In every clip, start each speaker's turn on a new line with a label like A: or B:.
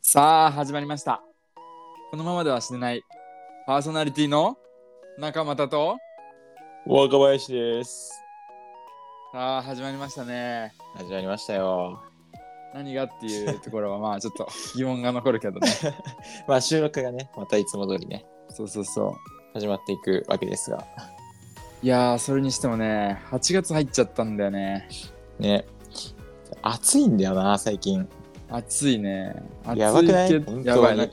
A: さあ始まりましたこのままでは死ねないパーソナリティの仲間たと
B: 若林です。
A: さあ始まりましたね
B: 始まりましたよ。
A: 何がっていうところはまあちょっと疑問が残るけどね
B: まあ収録がね、またいつも通りね、
A: そうそうそう
B: 始まっていくわけですが。
A: いやーそれにしてもね8月入っちゃったんだよね
B: ね。暑いんだよな、最近。
A: 暑いね暑い
B: やばくない
A: けど
B: 本
A: やば
B: 当
A: い
B: に
A: ね。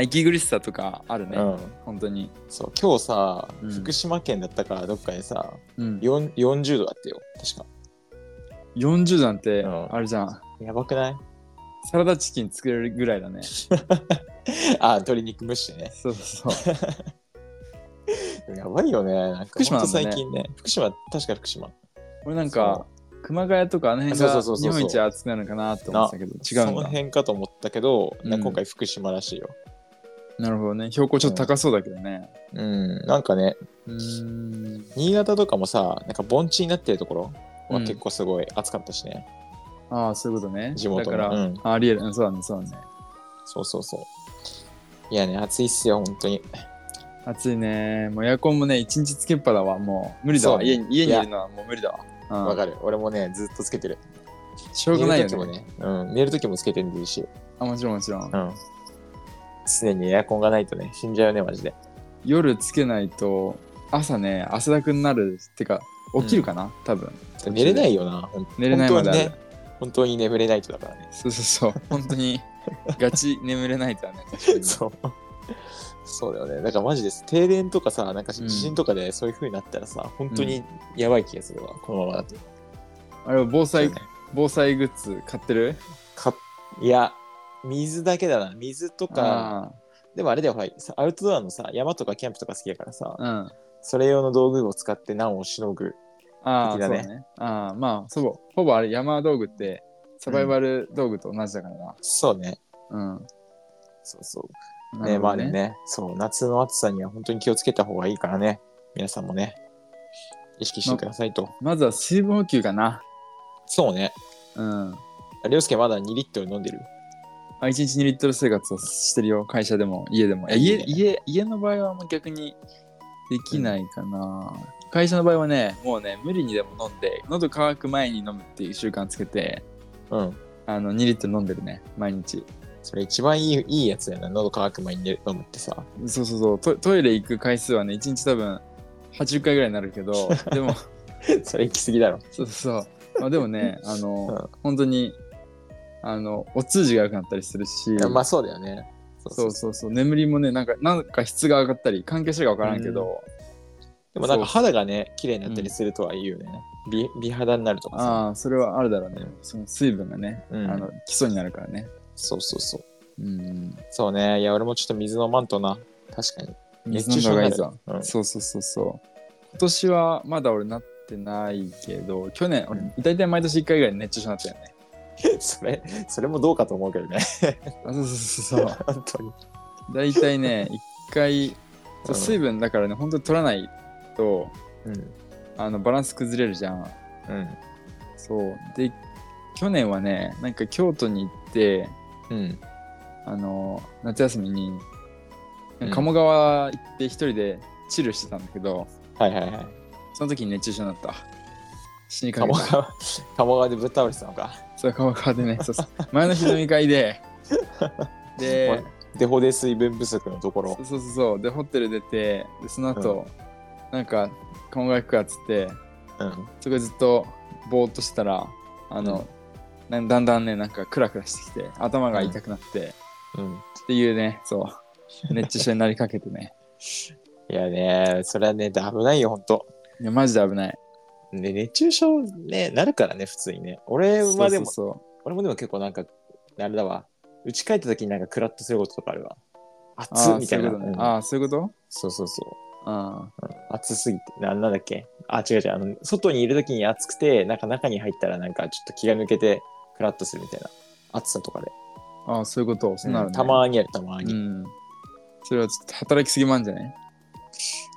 A: 息苦しさとかあるね、
B: うん。
A: 本当に
B: そう、今日さ、
A: うん
B: 福島県だったからどっかでさ、
A: うん
B: よん40度だったよ、確か。
A: 40度なんて
B: うん
A: あれじゃん
B: やばくない
A: サラダチキン作れるぐらいだね
B: あ、鶏肉蒸してね。
A: そうそう
B: やばいよね。なんか
A: 福島
B: ほ
A: なん
B: と
A: だね
B: 最近ね。福島、確か福島。
A: 俺なんか熊谷とかあの辺
B: そ
A: が
B: うそうそ
A: 日
B: うそうそう
A: 本一暑くなるのかなと思ってたけど違
B: その
A: うんだ
B: 辺かと思ったけど、な
A: うん
B: 今回福島らしいよ。
A: なるほどね標高ちょっと高そうだけどね
B: うん、なんかね、
A: うん
B: 新潟とかもさなんか盆地になってるところは
A: うん
B: 結構すごい暑かったしね、
A: ああそういうことね
B: 地元
A: だか
B: の
A: ら、
B: うん
A: あありえるうんそうだねそうだね
B: そうそうそういやね暑いっすよ本当に
A: 暑いねもうエアコンもね一日つけっぱだわもう無理だ
B: そ
A: わ
B: う
A: 家に家
B: い
A: にい
B: や
A: るのはもう無理だわ、
B: わ、
A: うん、
B: かる俺もねずっとつけてる
A: しょうがないよ
B: 寝る時
A: ね
B: もね、うん、寝る時もつけてるし、
A: あもちろんもちろん
B: うん、常にエアコンがないとね死んじゃうねマジで
A: 夜つけないと朝ね汗だくになるってか起きるかな、多分
B: 寝れないいよなほん
A: 寝れないま
B: 本当
A: で
B: に
A: ある
B: ね本当に眠れないとだからね
A: そうそうそう本当 にガチ眠れないとはね確かに
B: そう そうだよねだからマジです停電とかさなんか
A: うん
B: 地震とかでそういう風になったらさ、本当にやばい気がするわこのままだと、
A: あれは防災、
B: そうね
A: 防災グッズ買ってる
B: かいや水だけだな水と
A: あ
B: かでもあれだよほらさアウトドアのさ山とかキャンプとか好きだからさ
A: あうん
B: それ用の道具を使って難をしのぐ
A: ああそ
B: 的
A: う
B: だ
A: だ
B: ね
A: ねああまあそうほぼあれ山道具ってサバイバル道具と同じだからな
B: そうね
A: うん、
B: そうそう
A: な
B: ね
A: る
B: ま
A: ほ
B: あ
A: ど
B: でもねそう夏の暑さには本当に気をつけた方がいいからね皆さんもね意識してくださいと
A: まずは水分補給かな
B: そうね
A: うん
B: 涼介まだ2リットル飲んでる
A: あ1日2リットル生活をしてるよ会社でも家でもいや
B: いい
A: 家
B: ね
A: 家家の場合はもう逆にできないかな、会社の場合はねもうね無理にでも飲んで喉乾く前に飲むっていう習慣つけて
B: うん
A: あの2リットル飲んでるね毎日
B: それ一番いいいいやつだよな喉乾く前に飲むってさ
A: そうそうそうトトイレ行く回数はね1日多分80回ぐらいになるけ どでも
B: それ行き過ぎだろ
A: そうそう、まあ、でもねあの、
B: うん
A: 本当にあのお通じが良くなったりするし
B: いやまあそうだよね
A: そうそうそう眠りもねなんかなんか質が上がったり関係者が分からんけど、
B: でもなんか
A: そう
B: 肌がね、綺麗になったりするとは言うよね。美美肌になるとかさ。
A: ああそれはあるだろうね、
B: うん
A: その水分がね、
B: うん
A: あの基礎になるからね
B: そうそうそう。
A: うん
B: そうね。いや、俺もちょっと水飲まんとな。確かに。
A: 水飲んだ方がいいぞ、
B: う ん
A: そうそうそうそう今年はまだ俺なってないけど去年俺大体毎年1回ぐらい熱中症になったよね
B: それ、それもどうかと思うけどね。
A: あそうそうそうそう
B: 本当に。
A: 大体ね一回そう
B: うん
A: 水分だからね本当に取らないと
B: うん。
A: あのバランス崩れるじゃん
B: うん。
A: そうで去年はねなんか京都に行って
B: うん。
A: あの夏休みに
B: うん
A: 鴨川行って一人でチルしてたんだけど、
B: はいはいはい。
A: その時に熱中症になった死にかけ
B: 鴨
A: た
B: 川、 鴨川でぶっ倒れてたのか。
A: そう鴨川でねそうそう前の日飲み会 でで
B: もうデフォで水分不足のところ
A: そ。うそうそうそうでホテル出てでその後、なんか鴨川行くかっつって
B: うん。
A: そこでずっとぼーっとしてたらあの、なんだんだんねなんかクラクラしてきて頭が痛くなって、っ
B: うん。
A: ていうねそう熱中症になりかけて ね
B: いやね、それはね、危ないよ、本当
A: いやマジで危ない
B: で熱中症ね、なるからね、普通にね。俺はでも、
A: そうそう
B: 俺もでも結構なんか、あれだわ。打ち帰った時になんかクラッとすることとかあるわ。
A: そうあ
B: 熱っ
A: ー
B: みたいな。
A: そういうことね
B: うん
A: あーそういうこと
B: そうそうそ
A: あ
B: う。うん暑すぎて。ななんだっけあ、違う違う。あの外にいる時に暑くて、なんか中に入ったらなんかちょっと気が抜けて、クラッとするみたいな。暑さとかで。
A: ーあーそういうことそうなる、ね
B: うんたまにある、たま
A: う
B: に。
A: んそれはちょっと働きすぎまんじゃ ない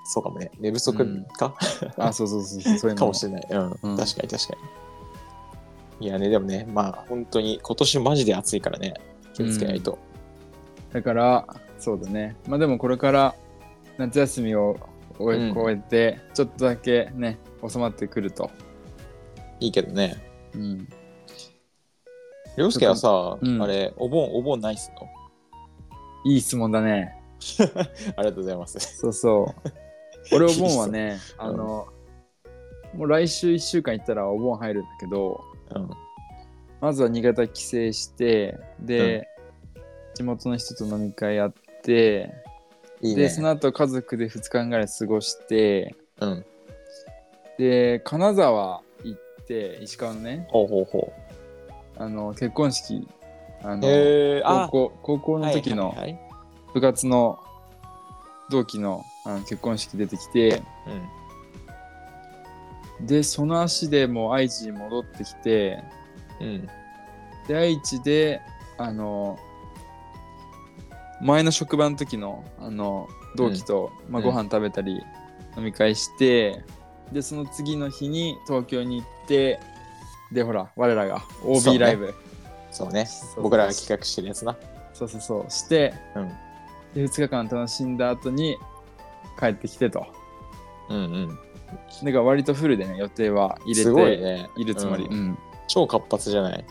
B: そうかもね。寝不足か、
A: あーそうそうそうそうそういうの
B: かもしれない。うん。
A: うん
B: 確かに確かに。いやね、でもね、まあ本当に今年マジで暑いからね。気をつけないと。
A: だから、そうだね。まあでもこれから夏休みを終え,、
B: うん
A: 終えて、ちょっとだけね、収まってくると。
B: いいけどね。
A: うん。
B: りょうすけはさ、
A: うん
B: あれ、お盆、お盆ないっすの
A: いい質問だね。
B: ありがとうございます。
A: そうそう。俺お盆はね、あの、もう来週1週間行ったらお盆入るんだけど、
B: うん。
A: まずは新潟帰省して、で、地元の人と飲み会やって、
B: いい
A: で、
B: ね
A: そ。の後家族で2日間ぐらい過ごして、
B: うん。
A: で、金沢行って、石川のね、
B: ほうほうほ
A: あの、結婚式、あ
B: う。
A: の、
B: へえ、
A: 高
B: あ、
A: 校、高校の時の
B: はいはいはい
A: 部活の同期のあの結婚式出てきて、
B: うん。
A: で、その足でもう愛知に戻ってきて、
B: うん。
A: で、愛知で、あの、前の職場の時の、あの、同期と、まあ、
B: うん
A: ご飯食べたり、飲み会して、で、その次の日に東京に行って、で、ほら、我らが
B: そう
A: OB
B: ね
A: ライブ。
B: そうね。
A: そう
B: 僕らが企画してるやつな。
A: そうそうそう、して、
B: うん
A: で、2日間楽しんだ後に、帰ってきてと。
B: うんうん。
A: だから割とフルでね、予定は入れて、
B: すごいね。
A: いるつもり。
B: うん
A: うん
B: 超活発じゃない。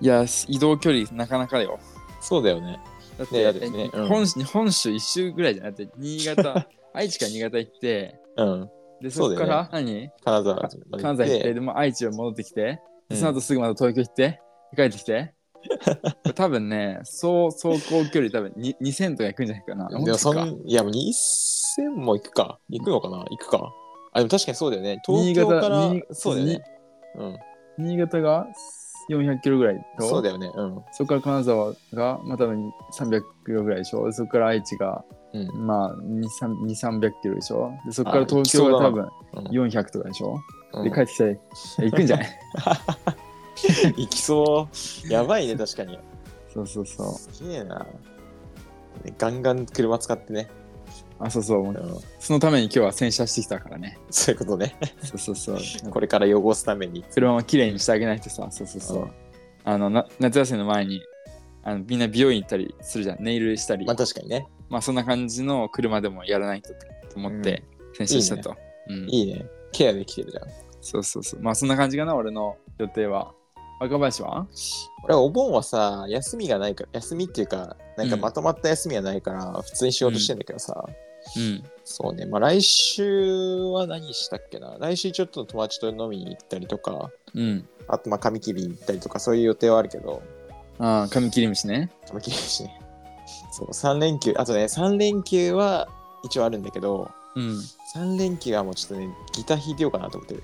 A: いや、移動距離なかなかよ。
B: そうだよね。
A: だっ
B: ねだ
A: て、
B: ってね
A: え
B: うん
A: 本州本州一周ぐらいじゃなくて新 潟愛知から新潟行って
B: うん。
A: で
B: そ
A: そうこ
B: だよ
A: か
B: ね
A: ら、何
B: 金沢まで行って
A: 関西行ってでも愛知を戻ってきてでその
B: うん
A: 後すぐまた東京行って帰ってき て多分ねそう走行距離多分に2000とか行くんじゃないかな
B: でもそ
A: もっと行くか
B: んいやもう2000も行くか行くのかな行くかあでも確かにそうだよね東
A: 新潟
B: 京から
A: に
B: そうだよねうん
A: 新潟が400キロぐらいと
B: そうだよねうん
A: そこから金沢が、まあ、多分300キロぐらいでしょでそこから愛知が、
B: う
A: まあ2300キロでしょでそこから
B: あ
A: 東京が多分
B: うん
A: 400とかでしょ
B: うん
A: で帰ってきた ら行くんじゃない
B: 行きそうやばいね確かに
A: そうそうそう。
B: すげえなガンガン車使ってね、
A: あ、そうそう
B: う。ん、
A: そのために今日は洗車してきたからね。
B: そういうことね
A: そうそうそう。
B: これから汚すために。
A: 車も綺麗にしてあげないとさ、そうそうそううんあの、な夏休みの前にあのみんな美容院行ったりするじゃん。ネイルしたり。
B: まあ
A: ま
B: 確かにね
A: あそんな感じの車でもやらないとと思って洗車したと。うん
B: いいねケアできてるじゃん
A: そうそうそう。まあそんな感じかな、俺の予定は。若林は
B: 俺はお盆はさ休みがないから休みっていうかなんかまとまった休みがないから、普通に仕事してんだけどさ、
A: うん。
B: そうね、まあ来週は何したっけな来週ちょっと友達と飲みに行ったりとか、
A: うん。
B: あとまあ髪切り行ったりとかそういう予定はあるけど、
A: ああ、髪切り虫ね。
B: 髪切りしね。そう、3連休、あとね、3連休は一応あるんだけど、
A: うん。
B: 3連休はもうちょっとね、ギター弾いてようかなと思ってる。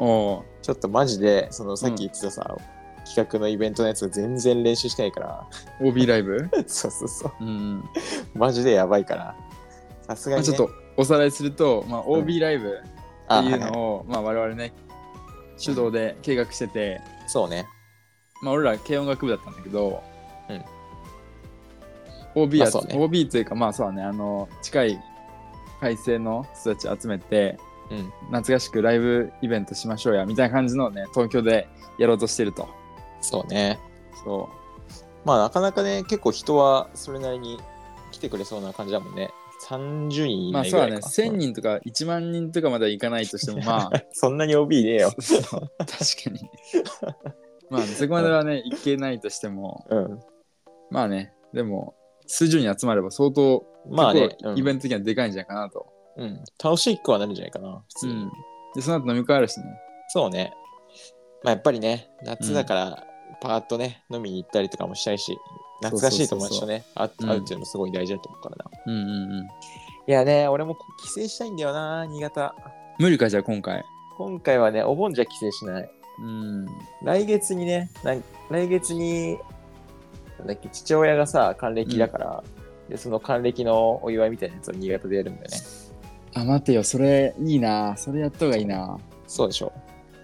A: おう
B: ちょっとマジで、そのさっき言ってたさ、企画のイベントのやつが全然練習してないから、
A: OB ライ ブ
B: そうそうそう、
A: うん。
B: マジでやばいから、さすが
A: ま
B: に、
A: あ
B: ね、
A: ちょっとおさらいすると、まあ、OB ライブ、
B: あ、
A: っていう
B: はいは
A: のを、まあ、我々ね主導で計画してて、
B: いそうね、
A: まあ、俺ら軽音楽部だったんだけど、
B: うん
A: OB, やつ
B: まあそうね
A: OB というかまあそうだねあの近い改正の人たち集めて
B: うん、
A: 夏合宿ライブイベントしましょうやみたいな感じのね東京でやろうとしてると
B: そうね。
A: そ
B: まあなかなかね、結構人はそれなりに来てくれそうな感じだもんね。30人
A: う
B: い
A: ま
B: な
A: あ
B: い
A: そ
B: ぐ
A: う
B: ら
A: だ
B: いか。
A: ね1000人とか1万人とかまではいかないとしても まあ
B: そんなに OB ねえよ。
A: そう 確かにまあ そこまではねいけないとしても
B: うん。
A: まあねでも数十人集まれば相当
B: まあね
A: 結、構
B: うん
A: イベント的にはでかいんじゃないかなと。
B: うん、楽しいくはなるんじゃないかな、普通に。
A: で、その後飲み会あるしね。
B: そうね。まあやっぱりね、夏だから、パーッとね、飲みに行ったりとかもしたいし、懐かしい友達とね、会
A: うそう
B: 会うっていうのもすごい大事だと思うからな。
A: うんうんうん。
B: いやね、俺も帰省したいんだよな、新潟。
A: 無理か、じゃあ今回。
B: 今回はね、お盆じゃ帰省しない。
A: うん。
B: 来月にね、なん来月に、なんだっけ、父親がさ、還暦だから、で、その還暦のお祝いみたいなやつを新潟でやるんだよね。
A: あ、待てよ、それいいな。それやった方がいいな。
B: そうでしょ。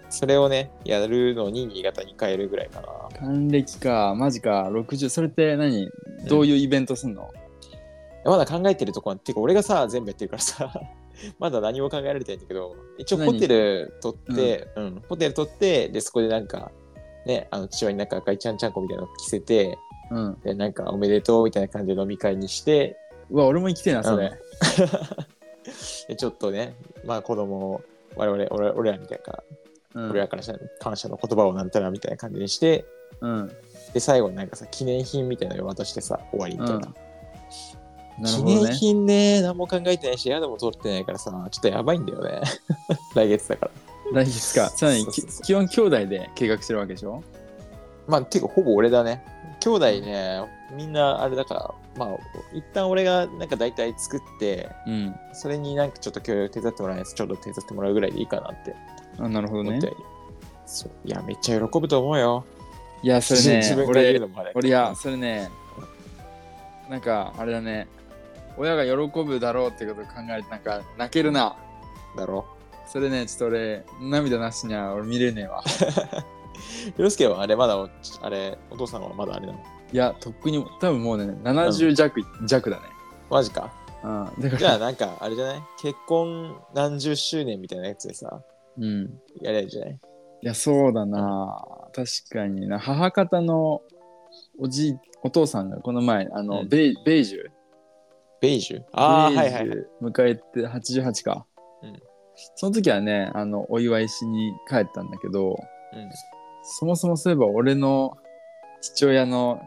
B: それをね、やるのに新潟に帰るぐらいかな。
A: 還暦か、マジか、60。それって何どういうイベントすんの、
B: まだ考えてるとこは、てか俺がさ、全部やってるからさ、 まだ何も考えられてないんだけど、一応
A: 何
B: ホテル取って、うん、ホテル取って、で、そこでなんか、ね、あの、父親になんか赤いちゃんちゃんこみたいなの着せて、
A: うん。
B: で、なんかおめでとうみたいな感じで飲み会にして、
A: うわ、俺も生きてえな、それ。
B: でちょっとね、まあ子供を、我々、俺俺らみたいな、
A: うん。
B: 俺らからしたら感謝の言葉をなんたらみたいな感じにして、
A: うん。
B: で、最後になんかさ、記念品みたいなのを渡してさ、終わりみたいな。
A: うんなる
B: 記
A: ほど
B: 念
A: ね。
B: 品ね、何も考えてないし、宿も取ってないからさ、ちょっとやばいんだよね。 来月だから。
A: 来月か。さらに、き
B: そうそうそう
A: 基本兄弟で計画してるわけでしょ
B: まあ、ていうか、ほぼ俺だね。兄弟ね、みんなあれだから、まあ、一旦俺がなんか大体作って、
A: うん。
B: それになんかちょっと今日手伝ってもらえないやつ、ちょっと手伝ってもらうぐらいでいいかなって
A: あなるほど
B: 思
A: ね
B: っ。て。そういや、めっちゃ喜ぶと思うよ。
A: いや、それね、
B: 自分が言う
A: 俺、
B: のもあれ。
A: 俺いや、それね、なんか、あれだね、親が喜ぶだろうってことを考えて、なんか、泣けるな。
B: だろ。
A: それね、ちょっと俺、涙なしには俺見れねえわ。
B: 洋介はあれ、まだお、あれ、お父さんはまだあれなの。
A: いや、とっくに、多分もうね、70弱、弱だね。
B: マ ジか。
A: うん。だか
B: じゃあ、
A: ら、
B: なんか、あれじゃない結婚何十周年みたいなやつでさ、
A: うん。
B: やれるじゃない
A: いや、そうだな。確かにな。母方のおじい、お父さんがこの前、あの、
B: うん
A: ベイベージュ
B: ベージュああ、
A: ベ
B: は
A: ー
B: い
A: ジ
B: はいはい。
A: ュ迎えて88か。
B: うん
A: その時はね、あの、お祝いしに帰ったんだけど、
B: うん
A: そもそもそういえば俺の父親の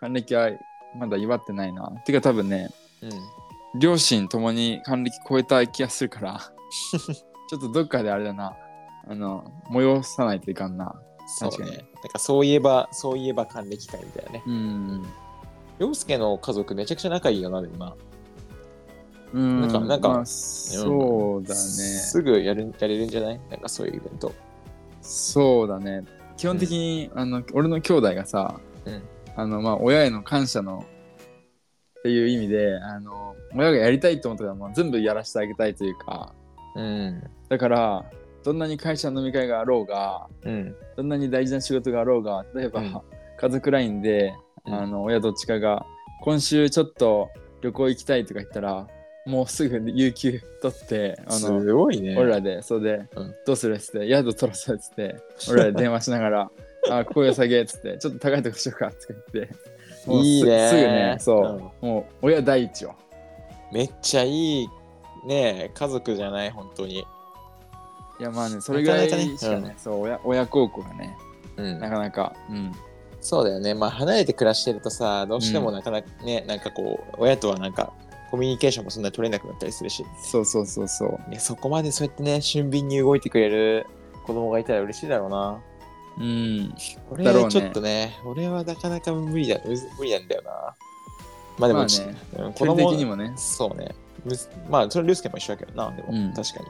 A: 還暦はまだ祝ってないな。てか多分ね、
B: うん
A: 両親ともに還暦超えた気がする から、ちょっとどっかであれだな。あの、催さないといかんな。
B: そう
A: 確かに
B: ね。なんかそういえば、そういえば還暦会みたいなね。
A: うん。
B: 洋介の家族めちゃくちゃ仲いいよな、でもな。
A: うん
B: なんかなんか
A: まあそうだね、
B: すぐやるやれるんじゃないなんかそういうイベント。
A: そうだね。基本的に、あの俺の兄弟がさ、
B: うん
A: あのまあ親への感謝のっていう意味で、あの親がやりたいと思ったらもう全部やらせてあげたいというか、
B: うん。
A: だからどんなに会社の飲み会があろうが、
B: うん。
A: どんなに大事な仕事があろうが、例えば、
B: うん
A: 家族ラインで、
B: うん
A: あの親どっちかが今週ちょっと旅行行きたいとか言ったら、もうすぐ有給取って、あの
B: すごいね。
A: 俺らで、それで、
B: うん
A: どうするっつって、宿取らせっつって、俺ら で電話しながら、あ、ここよ下げっつって、ちょっと高いとこしようかとか言って、もうす
B: いいね。
A: すぐね、そう、
B: う
A: もう親第一よ。
B: んめっちゃいい、ね、家族じゃない、本当に。
A: いや、まあね、それぐらい
B: なかなかね
A: しかね、そう親、親孝行がね、
B: うん
A: なかなか、うん、
B: そうだよね。まあ、離れて暮らしてるとさ、どうしてもなかなかね、なんかこう、親とはなんか、コミュニケーションもそんなに取れなくなったりするし。
A: そうそうそうそう。
B: ね、そこまでそうやってね、俊敏に動いてくれる子供がいたら嬉しいだろうな。
A: うん、
B: 俺
A: だろう
B: は
A: ね
B: ちょっとね、俺はなかなか無理だ、むず無理なんだよな。まあで
A: まあ
B: も、
A: ね
B: ちうん
A: 距離
B: 子
A: 的
B: 供
A: にもね、
B: そうね。むずまあ、それ、りゅうすけも一緒だけどな、でも、
A: うん
B: 確かに。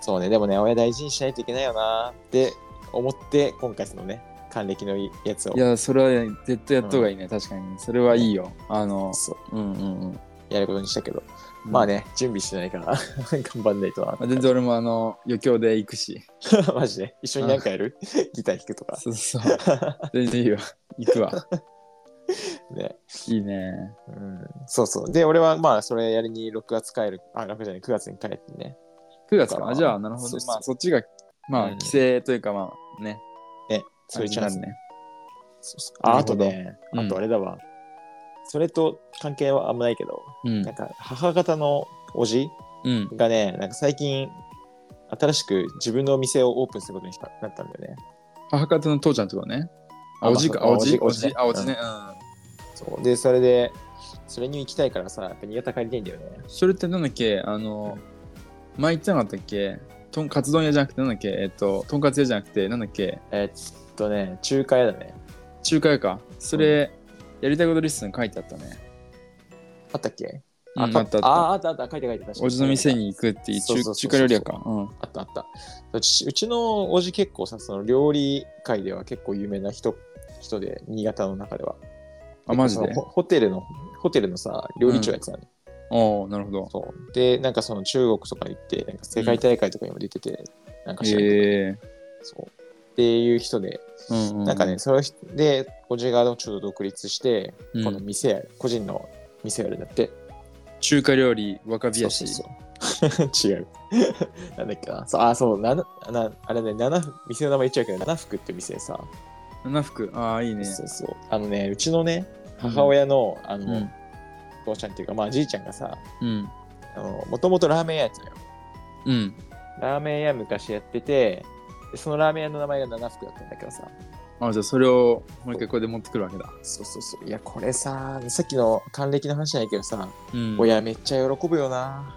B: そうね、でもね、親大事にしないといけないよなって思って、今回そのね、還暦のやつを
A: いや、それはね、絶対やった方がいいね、確かに。それはいいよ。あの、
B: そう
A: うんうんうん。
B: やることにしたけど、まあ。ね、準備してないから、 頑張んないとな
A: ま。あ全然俺もあの余興で行く し、
B: マジで。一緒になんかやる ギター弾くとか。
A: そうそう、全然いいわ、行くわ、
B: ね。
A: いいね。
B: うんそうそう。で、俺はまあ、それやりに6月帰る、あ、6じゃない、9月に帰ってね。
A: 9月
B: だ
A: か
B: から
A: あじゃあ、なるほ
B: そ
A: ど
B: う。そう
A: まあ、そっちが、まあ
B: う、ん
A: 帰省というか、まあね、
B: ね、そういうチャン
A: 感
B: ス。
A: じになるね。
B: そうそうあ、
A: な
B: あ
A: るほ
B: と
A: ど
B: ね、
A: うん
B: あとあれだわ。それと関係はあんまないけど、
A: うん
B: なんか母方のおじ
A: うん。
B: がね、なんか最近、新しく自分のお店をオープンすることにしたなったんだよね。
A: 母方の父ちゃんとかね。あ、
B: あ
A: おじか、
B: まあ
A: おじ、お
B: おじ
A: じ、あ、おじね。
B: そうで、それで、それに行きたいからさ、やっぱ新潟帰りたいんだよね。
A: うん。それってなんだっけ、あの、前言ってなかったっけ、とんカツ丼屋じゃなくて、なんだっけ、えっと、とんかつ屋じゃなくて、なんだっけ、
B: えっとね、中華屋だね。
A: 中華屋か。それ、やりたいことリストに書いてあったね。
B: あったっけ
A: うん
B: あ
A: あったあった
B: ああったあった、書いて書いて確か
A: おじの店に行くっていう
B: そうそうそ
A: 中中華
B: うそう
A: 料理屋か。うん。
B: あったあった。うちうちのおじ結構さ、その料理界では結構有名な人人で、新潟の中では。
A: あ、マジで
B: 結構そ。のホホテルの、ホテルのさ、料理長やつなの、
A: おおなるほど。
B: そう。で、なんかその中国とか行って、なんか世界大会とかにも出てて、なんかしら、
A: へえ
B: そう。っていう人で、
A: うんう
B: なんかね、、その人で、おじがちょっと独立して、
A: うん
B: この店や、個人の店やるんだって。
A: 中華料理若び
B: そう
A: や
B: そ
A: し
B: うそう 違う。なんだっけな。そうあ、そう、ななあれね、七福店の名前言っちゃうけど、七福って店さ、
A: 七福ああいいね
B: そうそうあのねうちのね母親の、あ
A: う
B: の、
A: ん
B: お父ちゃんっていうかまあじいちゃんがさ
A: うん
B: もともとラーメン屋やってたのよ
A: うん
B: ラーメン屋昔やっててでそのラーメン屋の名前が七福だったんだけどさ
A: あじゃあそれをもう一回これで持ってくるわけだ
B: そうそうそういやこれささっきの還暦の話じゃないけどさ、
A: うん
B: 親めっちゃ喜ぶよな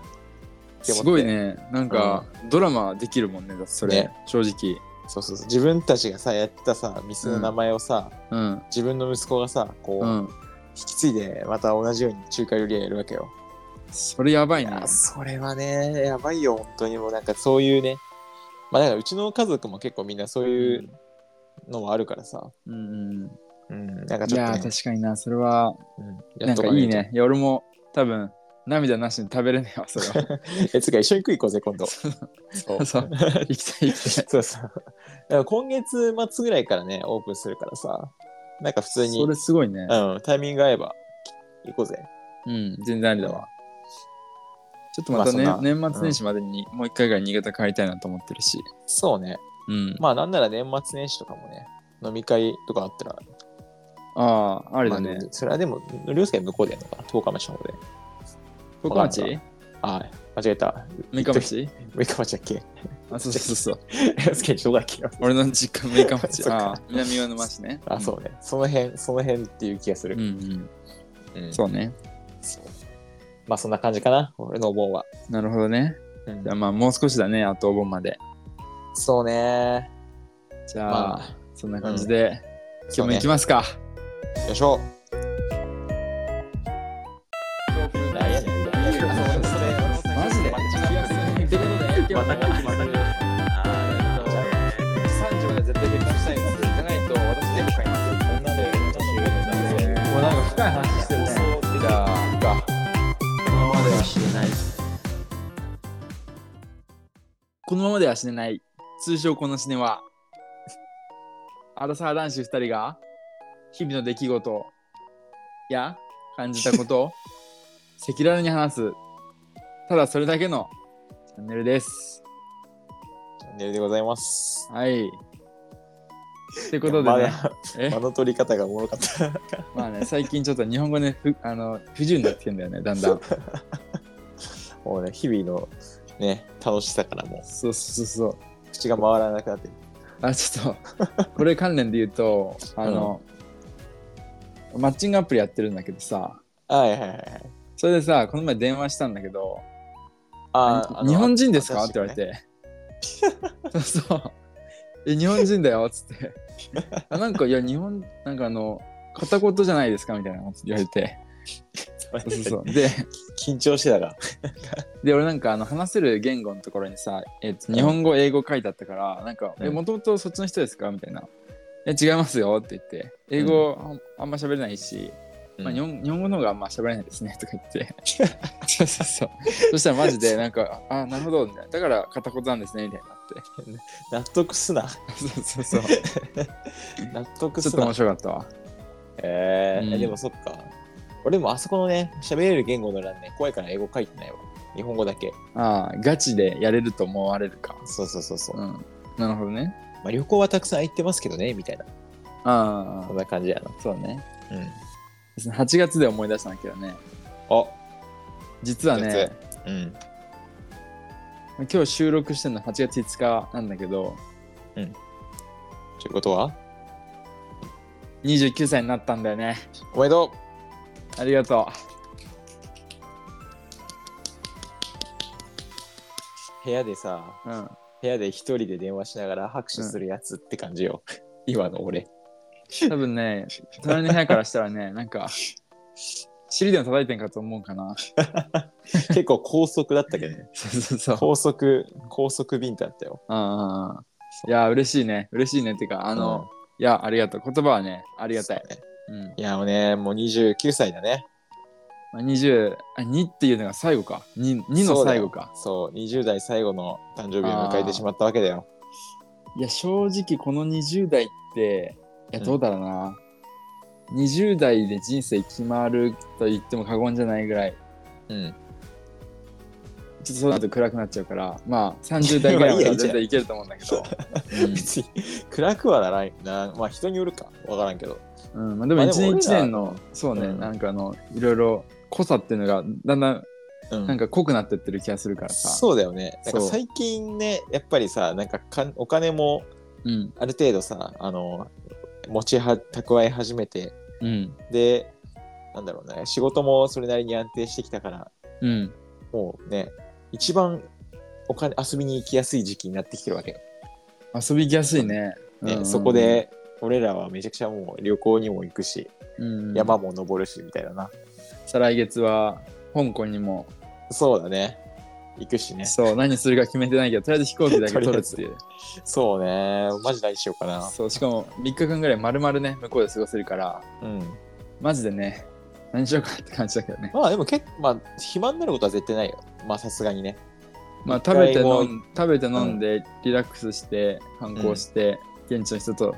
B: って思って
A: すごいねなんか、ドラマできるもんねだってそれ、
B: ね
A: 正直
B: そうそうそう自分たちがさやってたさ店の名前をさ、
A: うん
B: 自分の息子がさこう、
A: うん
B: 引き継いでまた同じように中華料理屋やるわけよ、
A: それやばい
B: い
A: な
B: やそれはねやばいよ本当にもうなんかそういうねまあだからうちの家族も結構みんなそういうのはあるからさ、
A: うんうん
B: うん、なんか
A: い
B: ちょっ
A: や
B: と、
A: ー
B: ね
A: 確かになそれは
B: うん、
A: な
B: や
A: ん
B: っ
A: か
B: と
A: いいねいや俺も多分涙なしに食べれねえわそれは
B: ないと。え、つうか一緒に食い行こうぜ、今度。そ
A: そう行きたい行きたい
B: そうそう。だから今月末ぐらいからね、オープンするからさ、なんか普通に、
A: それすごいね
B: うん、タイミング合えば行こうぜ。
A: うん全然ありだわちょっとまたね、
B: まあそん
A: 年末年始までにもう一回ぐらい新潟帰りたいなと思ってるし
B: そうね。
A: うん
B: まあなんなら年末年始とかもね、飲み会とかあったら、
A: あああれだ
B: ま
A: ね
B: あそれはでも、凌介は向こうでやるのかな、十日町の方で。
A: 福岡町
B: ああ、間違えた。
A: 六日 町
B: 六日町だっけ
A: あそうそうそうそう
B: 凌介どこだっけ
A: 俺の実家六日 町
B: そっか
A: ああ南魚沼市ね
B: あ、そうね。その辺、その辺っていう気がす
A: う
B: る
A: ん。うん
B: うん
A: そうね
B: そうまあそんな感じかな、俺のお盆は。
A: なるほどね
B: うん
A: じゃあまあもう少しだねあとお盆まで
B: そうね。
A: じゃあ、
B: まあ、
A: そんな感じで、今日
B: そう
A: も
B: ね
A: 行きますか、
B: よいしょ。
A: マジでってことで今日は高いまたか30まで絶対結婚したいんですじゃないと私全部買いますもうなんか深い話してるねじゃあ行くかこのままでは死ねない通称この死ねはアラサー男子2人が日々の出来事や感じたことを赤裸々に話すただそれだけのチャンネルです
B: チャンネルでございます。
A: はいって
B: と
A: ことでねえ
B: 間の取り方がおもろかった。
A: まあね最近ちょっと日本語ねふあの不自由になってきてんだよねだんだん
B: もうね、日々のね、楽しさからも
A: そうそうそう
B: う口が回らなくなってる。
A: あちょっとこれ関連で言うとあの、マッチングアプリやってるんだけどさ
B: はいはいはいはい。
A: それでさこの前電話したんだけど
B: あーあの
A: 日本人ですか?」って言われ
B: 新しい
A: て「そうそうえ日本人だよ」っつって「あなんかいや日本なんかあの片言じゃないですか?」みたいなこと言われて
B: 子
A: そ
B: ね
A: うそうそうで
B: 緊張してたら。
A: で俺なんかあの話せる言語のところにさ、えっと日本語英語書いてあったからなんか「
B: うん
A: えもともとそっちの人ですか?」みたいな「え違いますよ」って言って英語あんあんま喋れないし、まあ、日本日本語の方があんま喋れないですねとか言って そうそうそうそしたらマジでなんか「あなるほど」みたいなだから片言なんですねみたいになって
B: 納得すな。
A: そうそう そう。
B: 納得
A: ちょっ
B: す
A: と面
B: な。
A: 白かったわ。
B: えー
A: うん
B: でもそっか。俺もあそこのね、喋れる言語の欄ね、怖いから英語書いてないわ。日本語だけ。
A: ああ、ガチでやれると思われるか。
B: そうそうそうそう。
A: うん。なるほどね。
B: まあ、旅行はたくさん行ってますけどね、みたいな。
A: あ
B: こんな感じやな。
A: あ、そうね。
B: うん。
A: 8月で思い出したんだけどね。
B: あ、
A: 実はね、
B: うん。
A: 今日収録してるの8月5日なんだけど、
B: ということは
A: 29歳になったんだよね。
B: おめでと
A: ありがと
B: う部屋でさ、
A: う。うん。
B: 部屋で一人で電話しながら拍手するやつって感じよ。今の俺。
A: 多分ね、隣の部屋からしたらね、なんか、尻でも叩いてんかと思うかな。
B: 結構高速だったけどね。
A: そうそうそう。
B: 高速、高速ビンタだったよ。
A: ああ。いや、嬉しいね。嬉しいね。っていうか、あ
B: あ
A: の、、いや、ありがとう。言葉はね、ありがたい。
B: そうね
A: うん。
B: いや、もうね、もう29歳だね。
A: まあ、20あ2っていうのが最後か 2, 2の最後か
B: そう、20代最後の誕生日を迎えてしまったわけだよ。
A: いや正直この20代っていや
B: うん
A: どうだろうな、20代で人生決まると言っても過言じゃないぐらい
B: うん。
A: ちょっとそうなると暗くなっちゃうから、まあ30代ぐ らいまでは全然いけると思うんだけど。
B: 別に 暗くはならないなまあ人によるかわからんけど
A: うん、うんまあ、でも
B: まあ
A: 一
B: でも
A: 年
B: 俺ら
A: 一年の、そうね、
B: うん
A: なんかあの、いろいろ濃さっていうのがだんだん
B: うん
A: なんか濃くなってってる気がするからさ。
B: そうだよねなんか
A: そう
B: 最近ねやっぱりさなんかかんお金も
A: うん。
B: ある程度さあの持ちは蓄え始めて
A: うん。
B: でなんだろうね仕事もそれなりに安定してきたから
A: うん。
B: もうね一番お金遊びに行きやすい時期になってきてるわけよ、
A: 遊び行きやすいね。
B: ね
A: うん
B: そこ、で俺らはめちゃくちゃもう旅行にも行くし、
A: うん、
B: 山も登るしみたいなな
A: 再来月は香港にも、
B: そうだね行くしね
A: そう何するか決めてないけどとりあえず飛行機だけ取るっていう
B: そうねマジ何しようかな
A: そうしかも3日間ぐらい丸々ね向こうで過ごせるから
B: うん
A: マジでね何しようかって感じだけどね
B: まあでも結構まあ暇になることは絶対ないよまあさすがにね
A: まあ食べて
B: 一回も
A: 飲ん食べて飲んでリラックスして観光して、現地の人と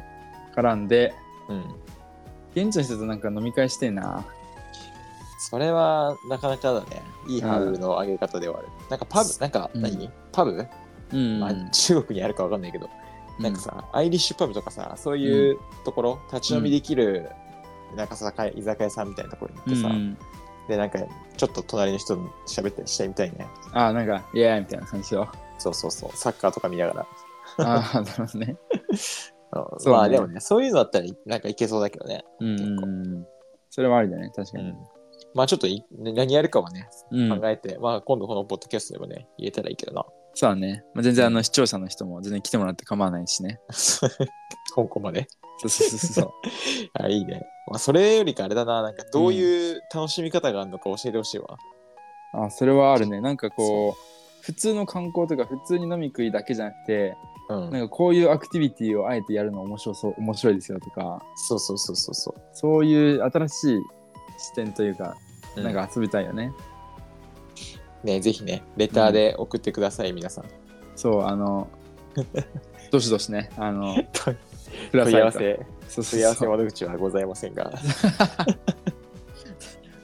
A: 絡んで
B: うん
A: 現地の人となんか飲み会してえな
B: それはなかなかだねいいハードルの上げ方ではある、なんかパブなんか
A: うん
B: 何、パブ、
A: うん、
B: まあ、中国にあるかわかんないけど、なんかさアイリッシュパブとかさそういうところ立ち飲みできる、なんかさか居酒屋さんみたいなところに行ってさ、
A: うん
B: でなんかちょっと隣の人と喋ったりしてみたいね
A: ああなんかイエーイみたいな感じ よ
B: そうそうそうサッカーとか見ながら
A: ああなるほどね
B: うん
A: そうね
B: まあでもねそういうのだったらなんかいけそうだけどね、
A: うん
B: 結構
A: うんそれはありだね確か
B: う
A: に、
B: ん、まあちょっとい何やるかはね
A: うん
B: 考えて、まあ今度このポッドキャストでもね言えたらいいけどな
A: そうだね、まあ、全然あの視聴者の人も全然来てもらって構わないしね
B: 香港まで
A: そうそうそうそう
B: あいいね、まあ、それよりかあれだななんかどういう楽しみ方があるのか教えてほしいわ、
A: あそれはあるねなんかこう普通の観光とか普通に飲み食いだけじゃなくて
B: うん
A: なんかこういうアクティビティをあえてやるの面白そう面白いですよとか
B: そうそうそうそうそ
A: そういう新しい視点というか
B: う
A: なんか遊びたいよね、
B: ねぜひねレターで送ってください、皆 さん
A: そうあ のどしどしねあの
B: 問
A: くださ
B: い合わ
A: いと
B: せ
A: そうそ
B: 問
A: う
B: い合わ
A: そ
B: せ
A: う
B: 窓口はございませんが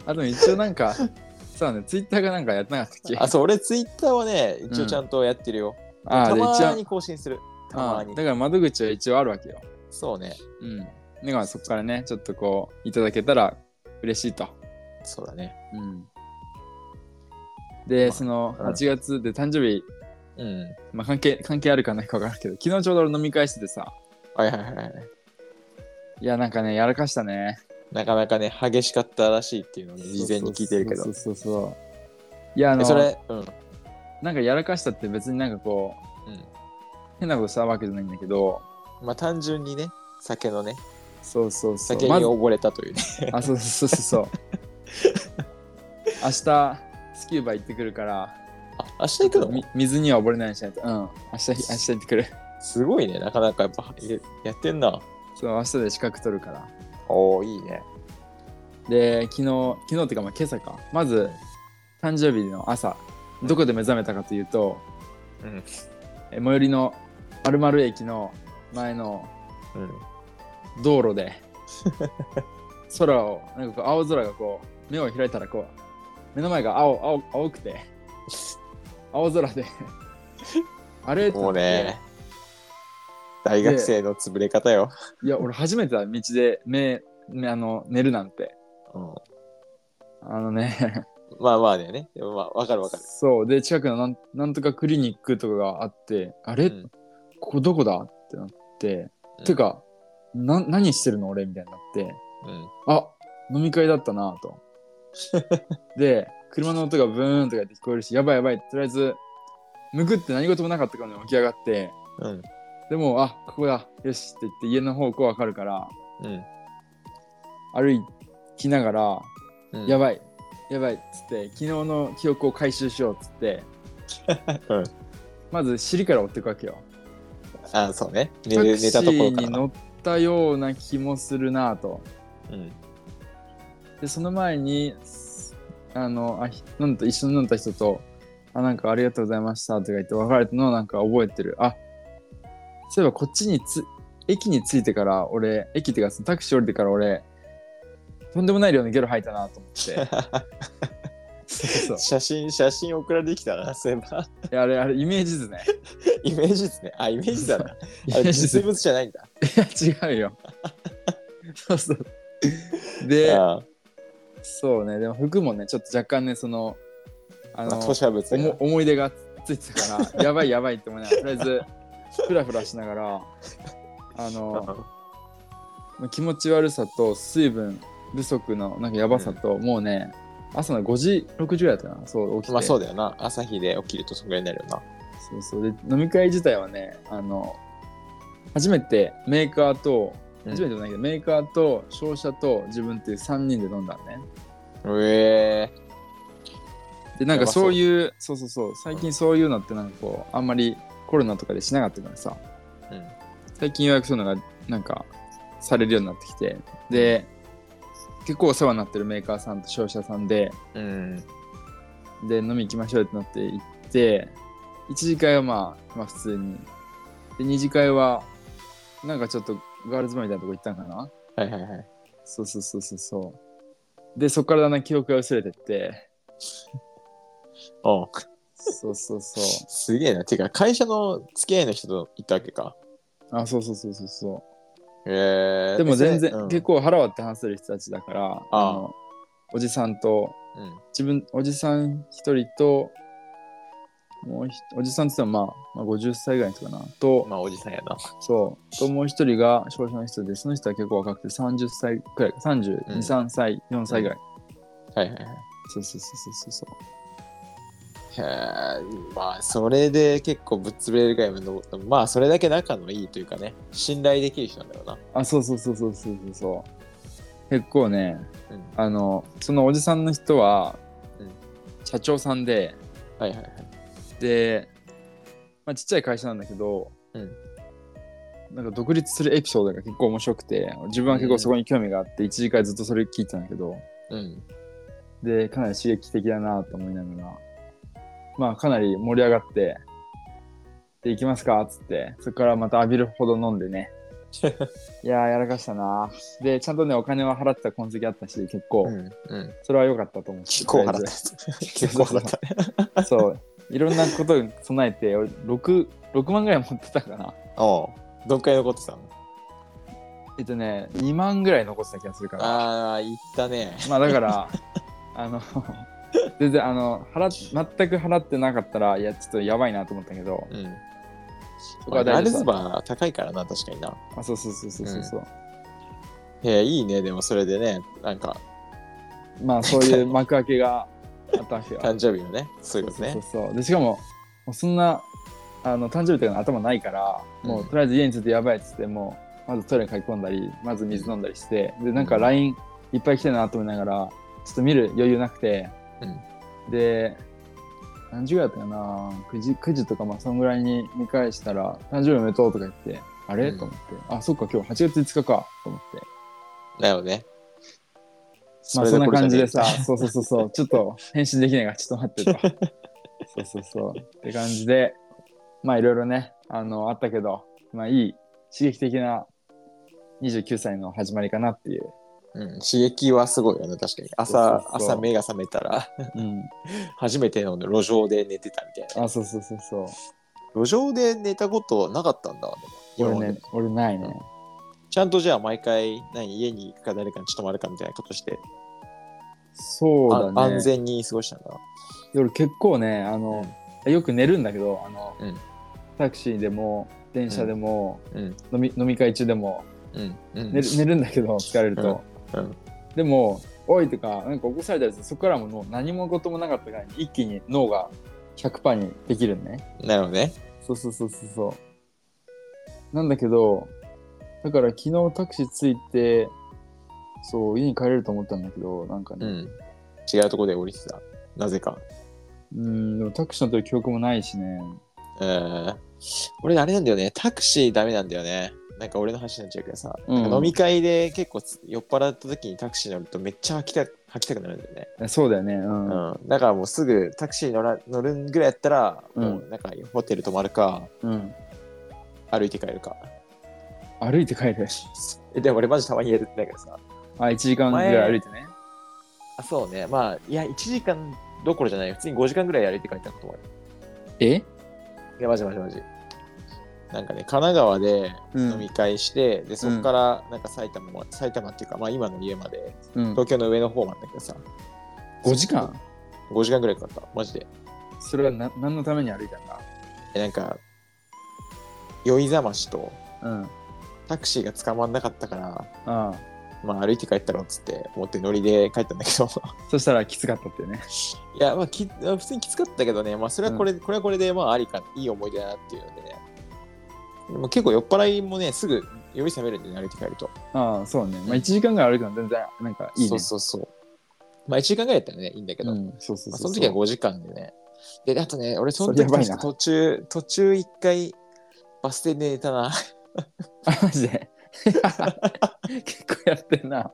A: あでも一応なんか そうだねツイッターがなんかやってなかったっけ
B: あそう俺ツイッターはね一応ちゃんとやってるよ、
A: あ
B: た
A: で
B: ま
A: 一
B: に
A: 応
B: 更新するたま
A: あ
B: に
A: だから窓口は一応あるわけよ
B: そうね
A: うんだからそこからねちょっとこういただけたら嬉しいと
B: そうだね
A: うんで、
B: まあ
A: その
B: うん
A: 8月で誕生日、
B: うん
A: まあ、関係関係あるかないか分からんけど昨日ちょうど俺飲み会しててさ
B: はいはいはいはい
A: いやなんかねやらかしたね
B: なかなかね激しかったらしいっていうのをね事前に聞いてるけど
A: そうそうそうそういやあの
B: えそれうん
A: なんかやらかしたって別になんかこう
B: うん
A: 変なことしたわけじゃないんだけど
B: まあ単純にね酒のね
A: そうそうそう
B: 酒に
A: まず
B: 溺れたというね、
A: あそうそうそうそう 明日スキューバ行ってくるから
B: あ明日行くの
A: み水には溺れないようにしないとうん明日明日行ってくる
B: すごいね、なかなかやっぱややってんな。
A: そう明日で資格取るから
B: おおいいね。
A: で昨日昨日っていうかまあ今朝かまず誕生日の朝どこで目覚めたかというと、
B: うん
A: え最寄りの丸々駅の前の
B: うん。
A: 道路で 空をなんかこう青空がこう目を開いたらこう目の前が青青青くて青空で あれって
B: もうね、大学生の潰れ方よ。
A: いや俺初めてだ道で目目あの寝るなんて
B: うん、
A: あのね
B: まあまあだよね。でもまあ、わかるわかる。
A: そうで近くのなんなんとかクリニックとかがあってあれ、
B: うん
A: ここどこだってなって、
B: うん
A: てかな何してるの俺みたいになって
B: うん。
A: あ飲み会だったな とで車の音がブーンとかって聞こえるしやばいやばいとりあえずむくって何事もなかったから起き上がって
B: うん。
A: でもあここだよしって言って家の方向わかるから
B: うん。
A: 歩きながら、
B: うん、
A: や
B: ば
A: ばいやばいっつって昨日の記憶を回収しようっつっ て
B: うん、
A: まず尻から追っていくわけよ
B: あそうね寝
A: タク
B: る
A: シ
B: 寝たところ
A: ー
B: から
A: に乗ったような気もするなぁと。
B: うん、
A: で、その前に、あの、あひ飲んだ一緒に飲んだ人と、あ、なんかありがとうございましたとか言って別れたのをなんか覚えてる。あ、そういえばこっちにつ、駅に着いてから俺、駅っていうかそのタ クシー降りてから俺、とんでもない量のゲロ吐いたなと思って。そうそ
B: 写真、写真送られてきたな、そういえば。
A: ういやあれあれイメージ図ね
B: イメージですね。あ、イメージだ な。
A: イメ
B: あ
A: ー
B: れ
A: ジ
B: 実
A: 図
B: 物じゃないんだ。
A: いや違う よそうそうで
B: ああ
A: そうねでも服もねちょっと若干ねそのあ
B: まあ、
A: の
B: 吐砂物
A: おも
B: が。
A: 思い出がついてたから やばいやばいって思いながらとりあえずフラフラしながらあのまあ気持ち悪さと水分不足のなんかやばさと、もうね朝の5時6時ぐらいだったなそう起きて、
B: まあ
A: そ
B: そううだよな。朝日で起きるとそんぐらいになるよな。
A: そうで飲み会自体はねあの初めてメーカーと
B: うん
A: 初めてじゃないけど、メーカーと商社と自分っていう3人で飲んだのね
B: うえ
A: でなんか
B: やばそう
A: そういうそうそうそう最近そういうのってなんかこうあんまりコロナとかでしなかったからさ
B: ー。うん。
A: 最近予約するのがなんかされるようになってきてで結構お世話になってるメーカーさんと商社さんで
B: うん。
A: で飲み行きましょうってなって行って1次会はまあ、まあ、普通にで2次会はなんかちょっとガールズバーみたいなとこ行ったんかな
B: はいはいはい。
A: そうそうそうそうそうでそこからだんだん記憶が薄れてって
B: おう
A: そうそうそう
B: すげえな。てか、会社の付き合いの人と行ったわけか。
A: あそうそうそうそうそ
B: え
A: う
B: ー。
A: でも全然、
B: うん
A: 結構腹割って話せる人たちだからあ
B: あ
A: のおじさんと
B: うん。
A: 自分おじさん一人ともうひおじさんって言ってもまあ、まあ、50歳ぐらいの人かなと、
B: まあ、おじさんやな。
A: そうともう一人が商社の人でその人は結構若くて30歳くらい323、
B: うん
A: 3歳4歳ぐらい、
B: はいはいはい。
A: そうそうそうそうそう
B: へえ、まあ、それで結構ぶっ潰れるぐらいの、まあ、それだけ仲のいいというかね、信頼できる人なんだろうな。
A: あそうそうそうそうそうそうそう結構ね
B: うん。
A: あのそのおじさんの人は、
B: うん
A: 社長さんで
B: はいはいはい。
A: で、まあ、ちっちゃい会社なんだけど、
B: うん
A: なんか独立するエピソードが結構面白くて自分は結構そこに興味があって1時間ずっとそれ聞いてたんだけど
B: うん。
A: でかなり刺激的だなと思いながらまあかなり盛り上がってで行きますかっつってそこからまた浴びるほど飲んでねいやーやらかしたなでちゃんとねお金は払ってた痕跡あったし結構、
B: うん。うん。
A: それは良かったと思って
B: 結構払った
A: とりあえ
B: や
A: ず
B: つ。 結構払った。
A: そういろんなことに備えて俺 6, 6万ぐらい持ってたかな
B: おうどっかに残ってたの
A: えっとね2万ぐらい残ってた気がするから
B: ああ、行ったね。
A: まあだからあの全然あの払っ全く払ってなかったらいやちょっとやばいなと思ったけど
B: うん。
A: そこ
B: まあ、
A: は
B: ガ
A: 大
B: ール
A: 丈夫
B: ズ
A: だ
B: バー高いからな、確かにな。
A: あそうそうそうそうそうそう、
B: へえ、いいね。でもそれでね、なんか、
A: まあそういう幕開けがあったわけよ
B: 誕生日のね、そうい
A: そう
B: うこと
A: そう
B: ね
A: そう。そうでしかももうそんなあの誕生日とかの頭ないからもう、
B: うん
A: とりあえず家に着いてやばいっつってもうまずトイレに書き込んだりまず水飲んだりしてでなんか LINE いっぱい来てるなと思いながらちょっと見る余裕なくて、で何時ぐらいだったかな9時 ,9 時とかまあそんぐらいに見返したら「誕生日おめでとう」とか言って「あれ
B: うん
A: と思って「あそっか今日8月5日か」と思って
B: だよね。
A: まあそんな
B: れこれ
A: 感じ
B: ゃねえ
A: でさ、そうそうそう そう、ちょっと返信できないから、ちょっと待ってと。そうそうそう。って感じで、まあいろいろね、あの、あったけど、まあいい刺激的な29歳の始まりかなっていう。
B: うん、刺激はすごいよね、確かに。朝、
A: そうそうそう
B: 朝目が覚めたら、
A: うん。
B: 初めての路上で寝てたみたいな。
A: あ、そうそうそうそう。
B: 路上で寝たことなかったんだ。でも今まで
A: 俺ね、俺ないね。
B: ちゃんとじゃあ毎回何家に行くか誰かに泊まるかみたいなことして、
A: そう
B: あ
A: だ
B: 安
A: ね。
B: 全に過ごしたんだ。
A: 夜結構ね、あの、よく寝るんだけど、あの、
B: うん
A: タクシーでも、電車でも、
B: うん
A: 飲み飲み会中でも、
B: うんうん
A: 寝る寝るんだけど疲れると、
B: うんうん
A: でも「おい」とかなんか起こされたりするそこからももう何も事もなかったから一気に脳が100%にできるんね
B: なるほどね。
A: そうそうそうそうそうなんだけどだから昨日タクシー着いてそう家に帰れると思ったんだけどなんか
B: う
A: ね
B: ん。違うとこで降りてた。なぜか。
A: うんでもタクシーの時記憶もないしね
B: えー、俺あれなんだよね。タクシーダメなんだよね。なんか俺の話になっちゃうけどさ、
A: うん
B: なんか飲み会で結構つ酔っ払った時にタクシー乗るとめっちゃ吐きた吐きたくなるんだよね。
A: えそうだよねうん、うん
B: うん、だからもうすぐタクシー乗ら乗るぐらいやったら、
A: うん
B: もうなんかホテル泊まるか歩いて帰るか
A: 歩いて帰る
B: えでも俺マジたまにやるんだけどさ
A: あ1時間ぐらい歩いてね
B: あそうねまあいや1時間どころじゃないよ。普通に5時間ぐらい歩いて帰ったこともある。
A: え
B: いや、マジマジマジ。なんかね、神奈川で
A: うん
B: 飲み会して、で、そこから、なんか埼玉も、埼玉っていうか、まあ今の家まで、
A: うん。
B: 東京の上の方までだけどさ、
A: 5時間
B: ?5 時間ぐらいかかった。マジで。
A: それはな何のために歩いたんだ
B: え、なんか、酔いざましと、
A: うん。あ
B: タクシーが捕まんなかったから、
A: あ。
B: まあ歩いて帰ったろっつって思って乗りで帰ったんだけど
A: そしたらきつかったってね。
B: いやまあき普通にきつかったけどねまあそれはこれ、これはこれでまあありかいい思い出だなっていうのでねでも結構酔っ払いもねすぐ酔い覚めるんでね歩いて帰ると
A: ああ、そうね。まあ1時間ぐらい歩くのは全然、なんかいいね。
B: そうそうそうまあ1時間ぐらいだったらねいいんだけど、
A: うん、そうそうそうそう。
B: まあ、その時は5時間でねであとね俺その
A: それ
B: 時
A: やばい
B: 確
A: な
B: か途中途中1回バス停で寝たな
A: あ、 マジで。結構やってんな。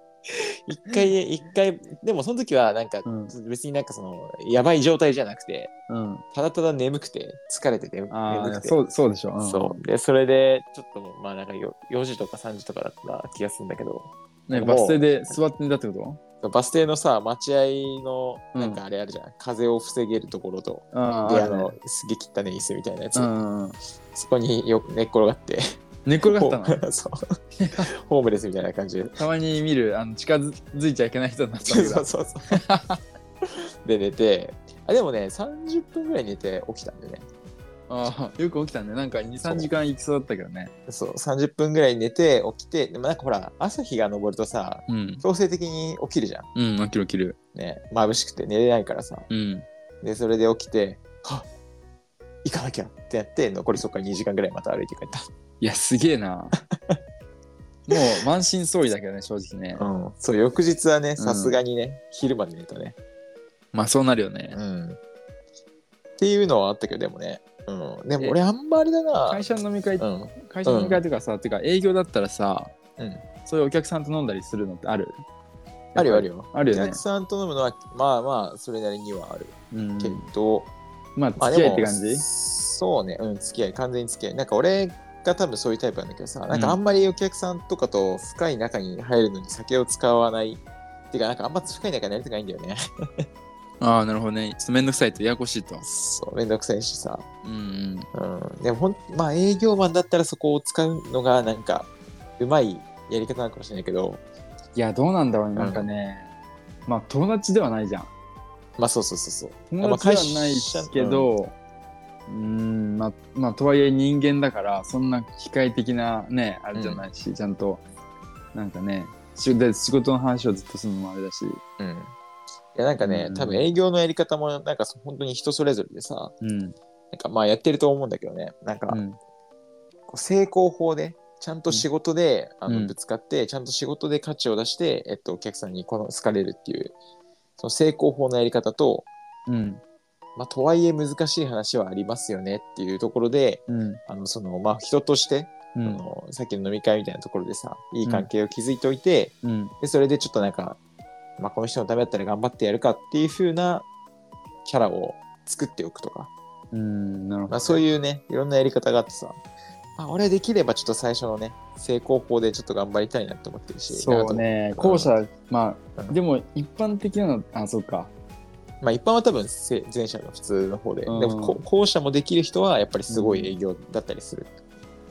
B: 一回ね一回でもその時はなんか、
A: うん
B: 別になんかそのやばい状態じゃなくて
A: うん。
B: ただただ眠くて疲れてて眠
A: あ
B: 眠
A: あ、
B: くて
A: そう、そうでしょ。ん
B: そう。で、それで、ちょっともう、まあなんかよ4時とか3時とかだった気がするんだけど、
A: ね、
B: も
A: バ
B: う
A: ス停で座って寝たってこ
B: バス停のさ、待合の、
A: うん
B: なんかあれあるじゃん、風を防げるところと、
A: とあ
B: で、
A: あ
B: あ
A: るね
B: の、すげえ切ったね、椅子みたいなやつ、
A: うんうんうん。
B: そこによ寝っ転がって、
A: 寝っ転がったの
B: そう。ホームレスみたいな感じで。
A: たまに見る、あの近づいちゃいけない人になった
B: そ
A: ん
B: う
A: だけ
B: そう
A: ど。
B: そう。で、寝て、あでもね、30分ぐらい寝て起きたんでね。
A: ああ、よく起きたね。なんか2、3時間行きそうだったけどね。
B: そう、30分ぐらい寝て起きて、でもなんかほら、朝日が昇るとさ、
A: うん。
B: 強制的に起きるじゃん。
A: うん、起きる起きる。
B: ね、眩しくて寝れないからさ。
A: うん。
B: で、それで起きて、はっ行かなきゃってやって、残りそっから2時間ぐらいまた歩いて帰った。
A: いや、すげえ な。もう満身創痍だけどね、正直ね。
B: うん。そう、翌日はね、さすがにね、昼まで寝たね。
A: まあそうなるよね。
B: うん。っていうのはあったけど、でもね。うん。でも
A: え
B: 俺あんまりだな。
A: 会社の飲み会、
B: うん。
A: 会社の飲み会とかさ、てか営業だったらさ、
B: うん
A: そういうお客さんと飲んだりするのってある
B: あるよある
A: よ。
B: よ。
A: あるよね
B: お客さんと飲むのは、まあまあ、それなりにはある
A: うん
B: けど、
A: ま
B: ま
A: あ
B: あ
A: 付き合
B: で
A: い
B: も
A: って感じ
B: そうね。うん、付き合い、完全に付き合い。なんか俺が多分そういうタイプなんだけどさ、なんかあんまりお客さんとかと深い仲に入るのに酒を使わない。っていうか、なんかあんま深い仲になりたくないんだよね。
A: ああ、なるほどね。ちょっとめんどくさいとややこしいと。
B: そう、めんどくさいしさ。
A: うんうん。
B: うん。でもほん、まあ営業マンだったらそこを使うのがなんか、うまいやり方なのかもしれないけど、
A: いや、どうなんだろうね。なんかね、まあ友達ではないじゃん。
B: まあそうそうそうそう。
A: 友達ではないけど、うん、まあ、まあ、とはいえ人間だから、そんな機械的なね、あれじゃないし、ちゃんと、なんかね、しで仕事の話をずっとするのもあれだし、
B: うん。いや、なんかね、
A: うん
B: 多分営業のやり方もなんかそ本当に人それぞれでさ、
A: うん、
B: なんかまあやってると思うんだけどね、なんか
A: うん、
B: こう成功法で、ちゃんと仕事で、あ
A: う
B: の
A: ん
B: ぶつかって、ちゃんと仕事で価値を出して、えっと、お客さんにこの好かれるっていう、その成功法のやり方と、
A: うん、
B: まあ、とはいえ難しい話はありますよねっていうところで、
A: うん、
B: あのそのまあ、人として、
A: う
B: あ
A: ん、
B: のさっきの飲み会みたいなところでさいい関係を築いておいて、
A: うん、
B: でそれでちょっとなんか、まあ、この人のためだったら頑張ってやるかっていう風なキャラを作っておくとか、
A: うん、なるほ
B: ま
A: ど。
B: あ、そういうねいろんなやり方があってさ、まあ、俺できればちょっと最初のね成功法でちょっと頑張りたいなって思ってるし
A: そうね、
B: と
A: 後者、まあ、
B: うん
A: でも一般的なの、あ、そうか、
B: まあ、一般は多分せ前者の普通の方で、
A: うん
B: でもこ後者もできる人はやっぱりすごい営業だったりする、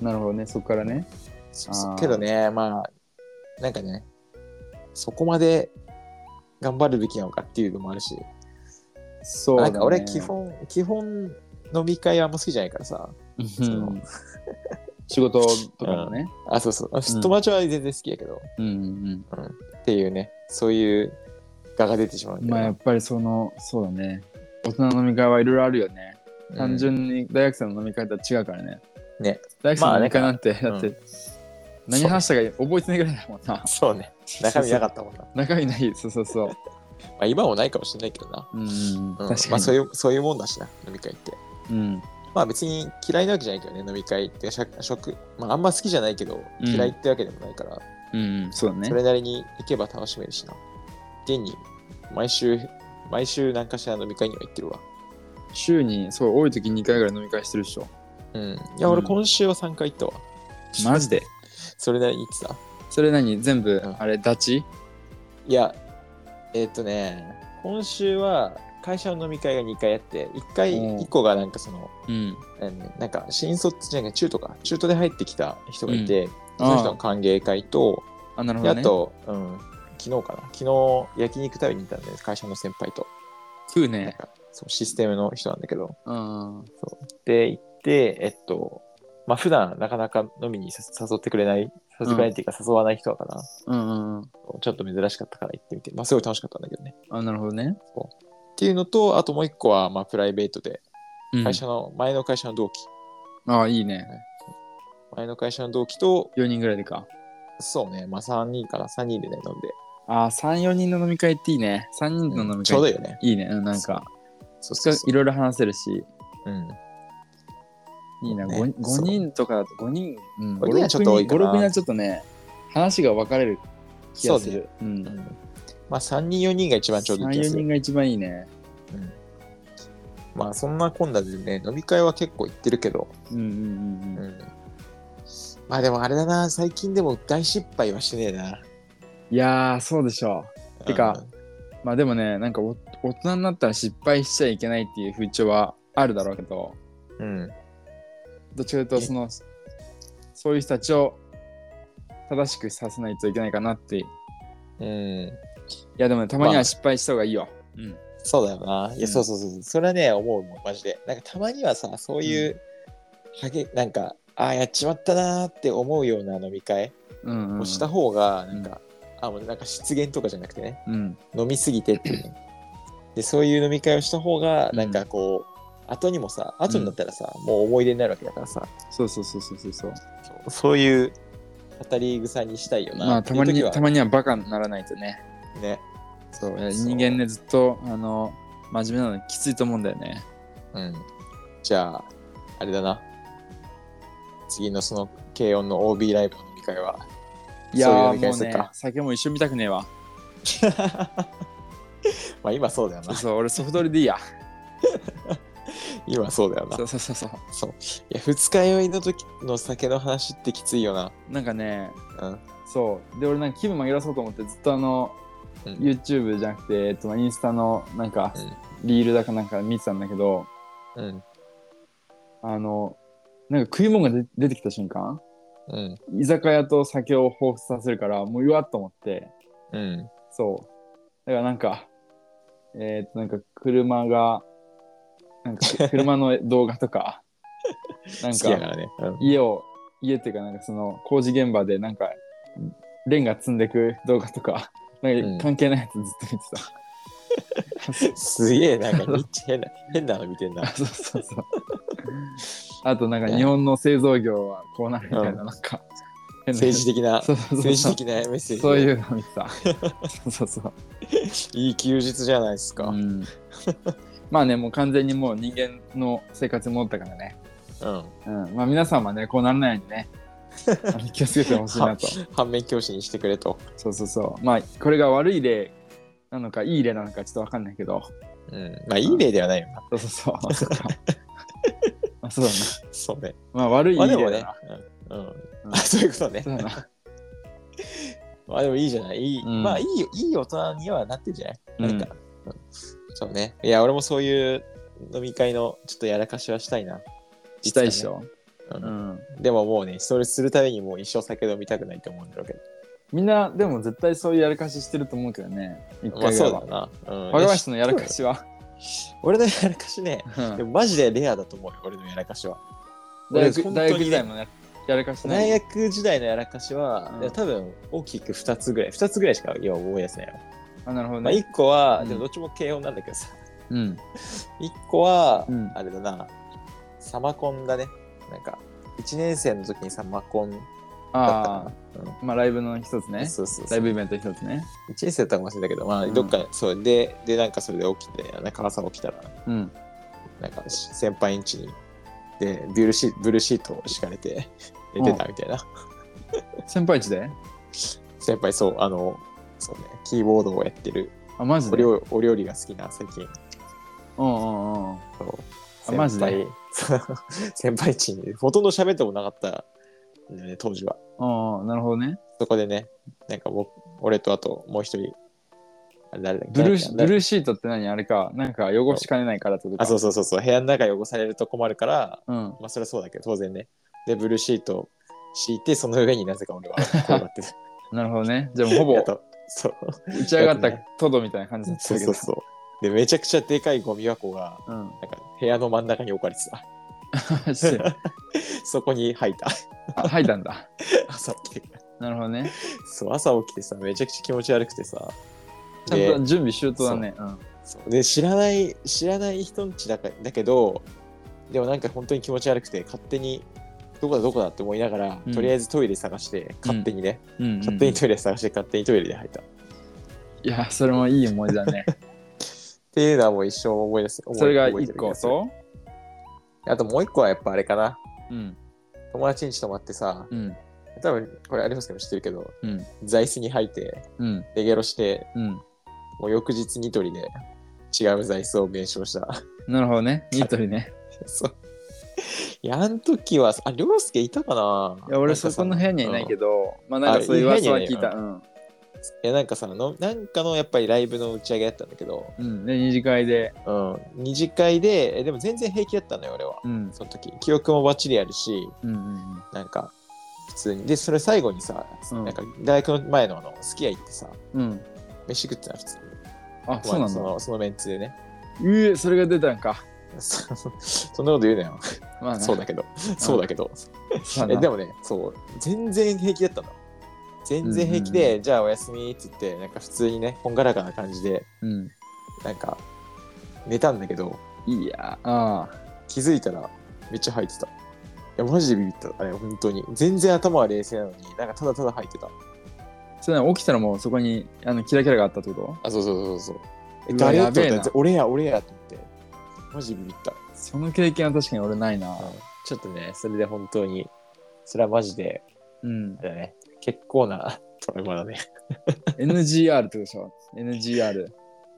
A: なるほどね、そこからね。
B: そうそう
A: あー
B: けどねまあなんかねそこまで頑張るべきなのかっていうのもあるし、
A: そう、
B: なんか俺基、本基本飲み会はあんま好きじゃないからさ
A: うん
B: その
A: 仕事とかもね、
B: あそうそうあ
A: うん
B: 友達は全然好きやけど、
A: うん、うん、
B: っていうねそういう画が出てしまうん
A: まあ
B: だ
A: やっ
B: よ、
A: ぱりそのそうだね大人の飲み会はいろいろあるよね、
B: うん
A: 単純に大学生の飲み会とは違うからね
B: ね
A: 大学生の飲み会なんて、
B: まあ
A: だ
B: な
A: っ
B: ん
A: て、
B: か
A: 何話したか覚えてないぐらいだもんな
B: そうね中身なかったもんな、ま
A: 中身ないそうそうそう
B: あ、今もないかもしれないけどな、
A: うん、
B: うん
A: 確かに、
B: まあ、そういうそういうもんだしな飲み会って
A: うん
B: まあ別に嫌いなわけじゃないけどね飲み会ってしゃ食、まあ、あんま好きじゃないけど
A: うん
B: 嫌いってわけでもないから、
A: うんそうだね
B: それなりに行けば楽しめるしな現に毎週毎週何かしら飲み会には行ってるわ
A: 週にそう多い時2回ぐらい飲み会してるでしょ
B: うんいや
A: うん
B: 俺今週は3回行ったわ、
A: マジで
B: それなりに行ってた
A: それ何全部、
B: うん
A: あれダチ
B: いやえーっとね今週は会社の飲み会が2回あって1回
A: うん
B: 1個がなんかその、
A: うん。
B: うんなんか新卒じゃなくて中途か中途で入ってきた人がいて、その人の
A: あ
B: 歓迎会と
A: あ、なるほ
B: で
A: どね。
B: あと、うん、昨日かな昨日焼肉食べに行ったんで会社の先輩と
A: 食う
B: なん
A: ね。
B: かそうシステムの人なんだけど
A: うん。
B: で行ってえっとまあ普段なかなか飲みに誘誘ってくれない誘ってくれないっていうか誘わない人だから、
A: うんうんうん。
B: ちょっと珍しかったから行ってみて、まあ、すごい楽しかったんだけどね。
A: あ、なるほどね。
B: っていうのとあともう一個はまあプライベートで
A: うん
B: 会社の、前の会社の同期
A: あ、いいね。
B: 前の会社の同期と
A: 4人ぐらいでか。
B: そうね、まあ、3人から3人でね飲んで、
A: あ、3、4人の飲み会っていいね。3人の飲み会、
B: ちょうどい
A: い
B: いよね
A: い。ね。うん、なんか、
B: そうそうそ
A: いろいろ話せるし、
B: う、うん、
A: いいな。
B: ね
A: 5,
B: そう
A: 人とかだと、5人、うん、
B: 五人はちょっと多いかな
A: 5、6人はちょっとね、話が分かれる気
B: そ
A: が
B: う
A: す
B: ね
A: る。、う。
B: うんんまあ3人4人が一番ちょうどいい気
A: 3、
B: が
A: 4
B: する
A: 人が一番いいね。
B: まあそんなこんなでね飲み会は結構行ってるけど、
A: うんうんうん
B: う
A: うん。
B: ん、まあでもあれだな最近でも大失敗はしてねえない
A: やー、そうでしょう。てか、
B: うん
A: まあでもね、なんかお大人になったら失敗しちゃいけないっていう風潮はあるだろうけど、
B: うん、
A: どっちかというと、
B: え
A: その、そういう人たちを正しくさせないといけないかなって。い
B: うん、
A: やでもね、たまに
B: ま
A: は
B: あ
A: 失敗した方がいいよ。うん。
B: そうだよな。いや、
A: うん
B: そうそうそうそう。それはね、思うもん、マジで。なんかたまにはさ、そういう、はげ、なんか、ああ、やっちまったなーって思うような飲み会
A: うん、うん。
B: をした方が、なんか、あ、もうなんか失言とかじゃなくてね、
A: うん。
B: 飲みすぎてっていうね。で、そういう飲み会をした方が、
A: うん
B: なんかこう、後にもさ、後になったらさ、もう思い出になるわけだからさ、
A: そうそうそうそうそうそう。
B: そうそういう語り草にしたいよな。
A: まあ
B: って
A: た
B: いう
A: まに
B: 時は
A: たまにはバカにならないとね。
B: ね。
A: そう。
B: そう
A: 人間ね、ずっと、あの、真面目なのきついと思うんだよね。
B: うん。じゃあ、あれだな。次のその軽音の OB ライブの飲み会は。
A: いや
B: そういう
A: ー
B: 飲み
A: も
B: 会
A: う
B: する
A: ね
B: か、
A: 酒も一緒見たくねえわ。
B: まあ今そうだよ
A: そう
B: な。
A: そう、俺ソフトリでいいや。
B: 今そうだよな。
A: そうそうそうそう。
B: いや、二日酔いの時の酒の話ってきついよな。
A: なんかね、
B: うん
A: そう。で、俺なんか気分紛らわそうと思って、ずっとあの、
B: うん
A: YouTube じゃなくて、えっと、まあインスタのなんか、リールだかなんか見てたんだけど、
B: うん。
A: あの、なんか食い物がで出てきた瞬間、
B: うん。
A: 居酒屋と酒を彷彿させるから、もううわっと思って、
B: うん。
A: そう。だからなんか、えーっと、なんか車が、なんか く車の動画とか、な
B: 好
A: ん
B: きだか
A: から
B: ね。うん
A: 家を、家っていうかなんかその工事現場でなんか、レンガ積んでく動画とか、 なん
B: うん
A: か関係ないやつずっと見てた。
B: すげえ、なんかニッチ変な、変なの見てんな
A: あ。 そうそうそう。あとなんか日本の製造業はこうなるみたいな、
B: うん
A: なんか、変な
B: 政治的な、
A: そうそうそう
B: 政治的なメッセージ。
A: そういうの見てた。そうそうそう。
B: いい休日じゃないですか。
A: う
B: うん。
A: ん、まあねもう完全にもう人間の生活に戻ったからね、うん、まあ皆さんはねこうならないように ねあの気をつけてほしいなと
B: 反面教師にしてくれと。
A: そうそうそうまあこれが悪い例なのかいい例なのかちょっとわかんないけど
B: うん。まあいい例ではないよな。
A: そうそう そう あそうかあそうだな
B: そうね。
A: まあ悪いいい
B: まあ
A: 例
B: で
A: だ
B: も
A: な、
B: ね。うん。うん
A: うん
B: あ そういうことね
A: そ。うだな
B: まあでもいいじゃない。いい、
A: うん
B: まあいいよ、いい大人にはなってんじゃないなんか、うんそうね。いや、俺もそういう飲み会のちょっとやらかしはしたいな。
A: したいっしょ、
B: う。
A: うんん、
B: でももうね、それするためにもう一生酒飲みたくないと思うんだろうけど。
A: みんなでも絶対そういうやらかししてると思うけどね一
B: まあ
A: 回ぐ
B: そ
A: らい
B: うだ
A: は
B: よな。うん。
A: 若林のやらか
B: し。
A: しは
B: 俺のやらかしね、
A: うん
B: でもマジでレアだと思うよ、俺のやらかしは。
A: 大
B: 俺本当
A: 学
B: に
A: 大学時代もねやらかしない
B: 大学時代のやらかしは、
A: うん
B: いや多分大きく2つぐらい、2つぐらいしか今思い出せないよ。
A: あなるほど
B: まあ
A: ね、
B: 1個は、
A: うん
B: でもどっちも軽音なんだけどさ。
A: うん
B: 一個は、
A: うん
B: あれだな、サマコンだね。なんか、1年生の時にサマコンだった
A: あ
B: か
A: あ、まあライブの一つ
B: な。
A: ね。
B: そうそうそ
A: ラ
B: う。
A: イブ
B: 1
A: イベント一つね。
B: 年生だったかもしれないけど、まあ、
A: うん
B: どっか、そう、で、で、なんかそれで起きて、なんか朝起きたら、
A: うん。
B: なんか先輩ん家に、で、ビュルシブルーシートを敷かれて、寝てたみたいな。
A: 先輩地で
B: 先輩、そう、あの、そうね、キーボードをやってる、
A: あ、マジ
B: お
A: でうん
B: 料お料理が好きな、最近。
A: うんうん。
B: そう
A: あマジで
B: 先輩 先輩家に、ほとんど喋ってもなかったんだよね、当時は。
A: うんうん、なるほどね。
B: そこでね、なんか僕、俺とあともう一人、あれ誰だっけ
A: ブル
B: 誰だっ
A: ー
B: け
A: ブルーシートって何あれか、なんか汚しかねないからってことか。
B: あそうそうそうそう部屋の中汚されると困るから
A: うん。
B: まあそれはそうだけど当然ねでブルーシートを敷いてその上になぜか俺はこうなってた
A: なるほどね。じ ゃあもうほ
B: やっ
A: ぼ
B: とそう
A: 打ち上がったトドみたいな感じだった
B: そう
A: けど
B: そう。そうでめちゃくちゃでかいゴミ箱が
A: うん。
B: なんか部屋の真ん中に置かれてた
A: マジで
B: そこに吐いた
A: あ吐いたんだ。
B: 朝起きて
A: なるほどね。
B: そう朝起きてさめちゃくちゃ気持ち悪くてさ
A: ちゃん
B: で
A: と準備周到だね。うん。
B: そうで知らない知らない人んちだかだけどでもなんか本当に気持ち悪くて勝手にどこだどこだって思いながら、
A: うん
B: とりあえずトイレ探して勝手にね、
A: うんうん
B: 勝手にトイレ探して勝手にトイレで入った、っ
A: いや、それもいい思い出だね。
B: ていうのはもう一生思い出す思い
A: それが
B: 覚えて
A: 一
B: る気
A: 個
B: がする
A: と。
B: あともう一個はやっぱあれかな
A: うん。
B: 友達ん家泊まってさ
A: うん。
B: 多分これありますけど知ってるけど
A: うん。
B: 座椅子に入って
A: うん。
B: レゲロして
A: うん。
B: もう翌日ニトリで違う座椅子を弁償した
A: なるほどね。ニトリね。
B: そう。いや、あの時は、あ、りょうすけいたかない
A: いや、俺そこの部屋にはいないけ
B: ど。
A: ど、まあなんかそういう
B: あいい部
A: 噂
B: 屋
A: は
B: にはい
A: 聞い
B: な
A: た。
B: い
A: うん。
B: いや、なんかさの、なんかのやっぱりライブの打ち上げだったんだけど、
A: うん。で、二次会で。
B: うん、二次会で、えでも全然平気だったのよ、俺は。
A: うん。
B: その時。記憶もバッチリあるし、
A: うんうん
B: なんか、普通に。で、それ最後にさ、
A: うん
B: なんか、大学の前のあの、すき家行ってさ、
A: うん。うん。
B: 飯食ってたの、普通に。
A: あ、そうなんだ
B: そ。の そのメンツでね。
A: うえ、それが出たんか。
B: そ そんなこと言うなよ。
A: まあね
B: そうだけど。そうだけど。
A: そうだ
B: え
A: な
B: でもねそう全然平気だったの全然平気で、
A: うんう
B: じゃあおやすみっつってなんか普通にねこんがらかな感じで
A: うん。
B: なんか寝たんだけど
A: いや、ああ。
B: 気づいたらめっちゃ吐いてたいやマジでビビったあれ本当に全然頭は冷静なのになんかただただ吐いてた
A: それなの起きたらもうそこにあのキラキラがあったってこと
B: あそうそうそうそう
A: う
B: え
A: わ
B: 誰
A: や
B: や
A: べ
B: と
A: えな
B: 思ったら俺や俺やと思ってマジでビビった
A: その経験は確かに俺ないな。
B: ちょっとねそれで本当にそれはマジで
A: うん
B: あ。れだね結構なトラウマだね
A: NGR ってことでしょ ?NGR。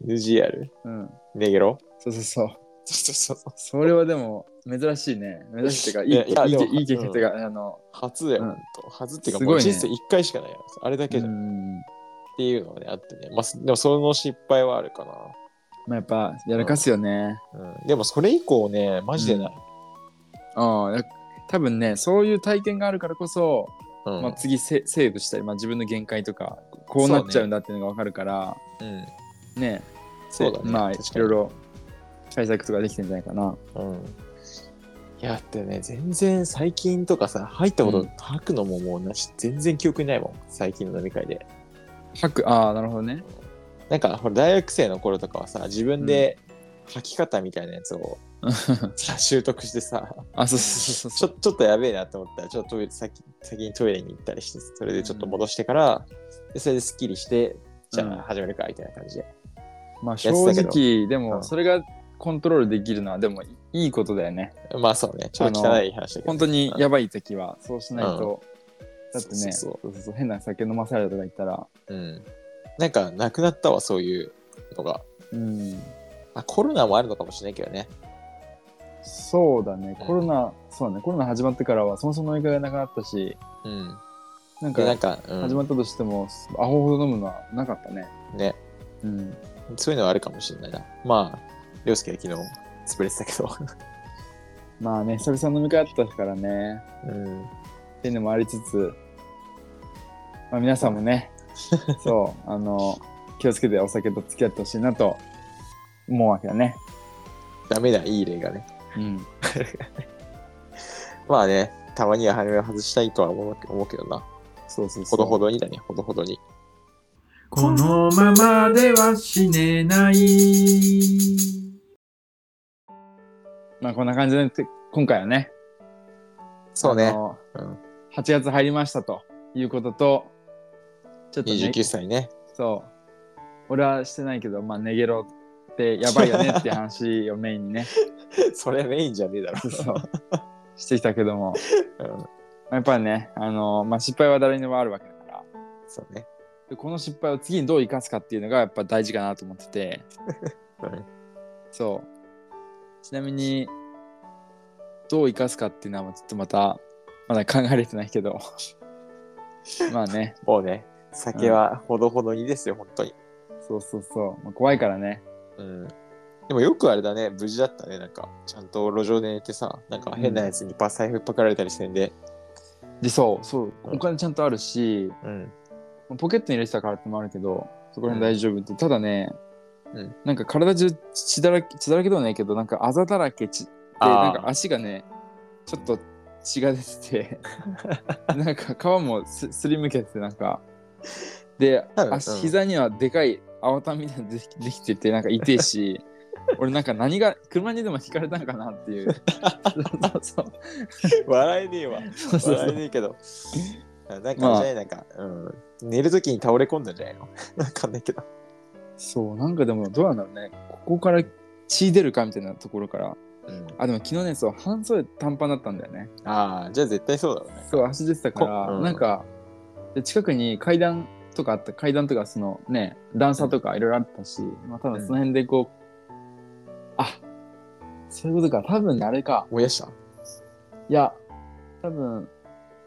B: NGR
A: うん。
B: ネゲロ
A: そうそうそう。
B: そうそうそう
A: それはでも珍しいね。珍しいって
B: いや
A: いう
B: い
A: か、
B: や
A: いいい
B: でも
A: いいい経験っていうか、あの、
B: 初だよ、
A: うん
B: ほんと、初っていうか
A: す
B: も
A: ご
B: う
A: いね
B: 人生1回しかないよあれだけじゃ、
A: うん
B: っ
A: ん。
B: ていうのがねあってね、まあ、すでもその失敗はあるか
A: まあやっぱ、やらかすよね。
B: な、うん、でもそれ以降ねマジでない、
A: うん。や多分ね、そういう体験があるからこそ、
B: うん
A: まあ、次セセーブしたり、まあ、自分の限界とか、こうなっちゃうんだっていうのが分かるから、
B: うん
A: ね
B: そうだね
A: まあい
B: 確かに
A: ろいろ対策とかできてんじゃないかな
B: うん、いやだってね全然最近とかさ入ったこと、
A: うん
B: 吐くのももうなし全然記憶にないもん最近の飲み会で
A: 吐くああなるほどね
B: なんかほら大学生の頃とかはさ自分で吐き方みたいなやつをさ、習得してさ
A: あそうそうそうそ
B: ちょ
A: う
B: ちょっとやべえなと思ったら、ちょっとトイレ先先にトイレに行ったりして、それでちょっと戻してから、でそれでスッキリして、じゃ
A: うん
B: あ始めるかみたいな感じで。
A: まあ正
B: やってたけど
A: 直で
B: う
A: も
B: ん
A: それがコントロールできるのはでもいいことだよね
B: まあそうね、ちょっと汚い話だけど。
A: 本当にやばい時はそうしないと、
B: うん
A: だってね
B: そうそう
A: そうそうそう変な酒飲まされたとか言ったら
B: うん。なんかなくなったわ、そういうのが。
A: うん
B: まあ、コロナもあるのかもしれないけどね。
A: そうだね
B: うん
A: コロナ、そうだねコロナ始まってからはそもそも飲み会がなくなったし
B: うん。
A: なんか
B: で、なんか、うん
A: 始まったとしても、アホほど飲むのはなかったね
B: ね、
A: うん
B: そういうのはあるかもしれないな。まあ、りょうすけは昨日潰れてたけど。
A: まあね久々の飲み会あったからね
B: うん。
A: っていうのもありつつ、まあ、皆さんも ねそうあの気をつけてお酒と付き合ってほしいなと思うわけだね。
B: ダメだ、いい例がね。
A: うん、
B: まあね、たまには羽目を外したいとは思う思うけどな。
A: そうそう
B: ほどほどにだね、ほどほどに。
A: このままでは死ねない。まあこんな感じでて今回はね
B: そうね
A: あ。の
B: うん
A: 8月入りましたということとちょっと、ね、
B: 29歳ね。
A: そう俺はしてないけどまあネゲロってやばいよねって話をメインにね
B: それメインじゃねえだろ。
A: そうしてきたけども
B: うん、
A: やっぱりね、あのまあ、失敗は誰にでもあるわけだから
B: そうね。
A: でこの失敗を次にどう生かすかっていうのがやっぱ大事かなと思っててそうちなみにどう生かすかっていうのはちょっとまたまだ考えれてないけど まあね
B: もうね、酒はほどほどにですよ、本当に。
A: そうそうそう。まあ怖いからね。
B: うん。でもよくあれだね、無事だったね、なんか。ちゃんと路上で寝てさ、なんか変なやつにパ財布パクられたりしてんで。
A: で、そう、そう。
B: うん
A: お金ちゃんとあるし、
B: うん。
A: ポケットに入れてたからってのもあるけど、そこら辺大丈夫って。ただね、
B: うん
A: なんか体中血だらけ、血だらけではないけど、なんかあざだらけ血で、
B: あ
A: な
B: ー
A: んか足がね、ちょっと血が出 てて、なんか皮もすすりむけてて、なんか。で、
B: 多分
A: 足
B: うん
A: 膝にはでかい泡たみたいなのできできてて、なんか痛い し、俺なんか何が、車にでもひかれたんかなって いう。そうそう
B: 笑えねえわ。
A: そうそう
B: 笑
A: そ
B: え
A: う。
B: ねえけど。なんかあれじ
A: まあ
B: ゃない、なんか、うん。寝るときに倒れ込んだんじゃないの わかんないけど。
A: そう、なんかでもどうなんだろうね。ここから血出るかみたいなところから。
B: うん、
A: あ、でも昨日のやつは半袖短パンだったんだよね。
B: ああ、じゃあ絶対そうだろうね。
A: そう、走ってたから、
B: こうん
A: なんか、で近くに階段とかあった、階段とかそのね、段差とかいろいろあったし、まあ多分その辺でこう、あ、そういうことか。多分ねあれか。
B: 燃やした
A: いや、多分、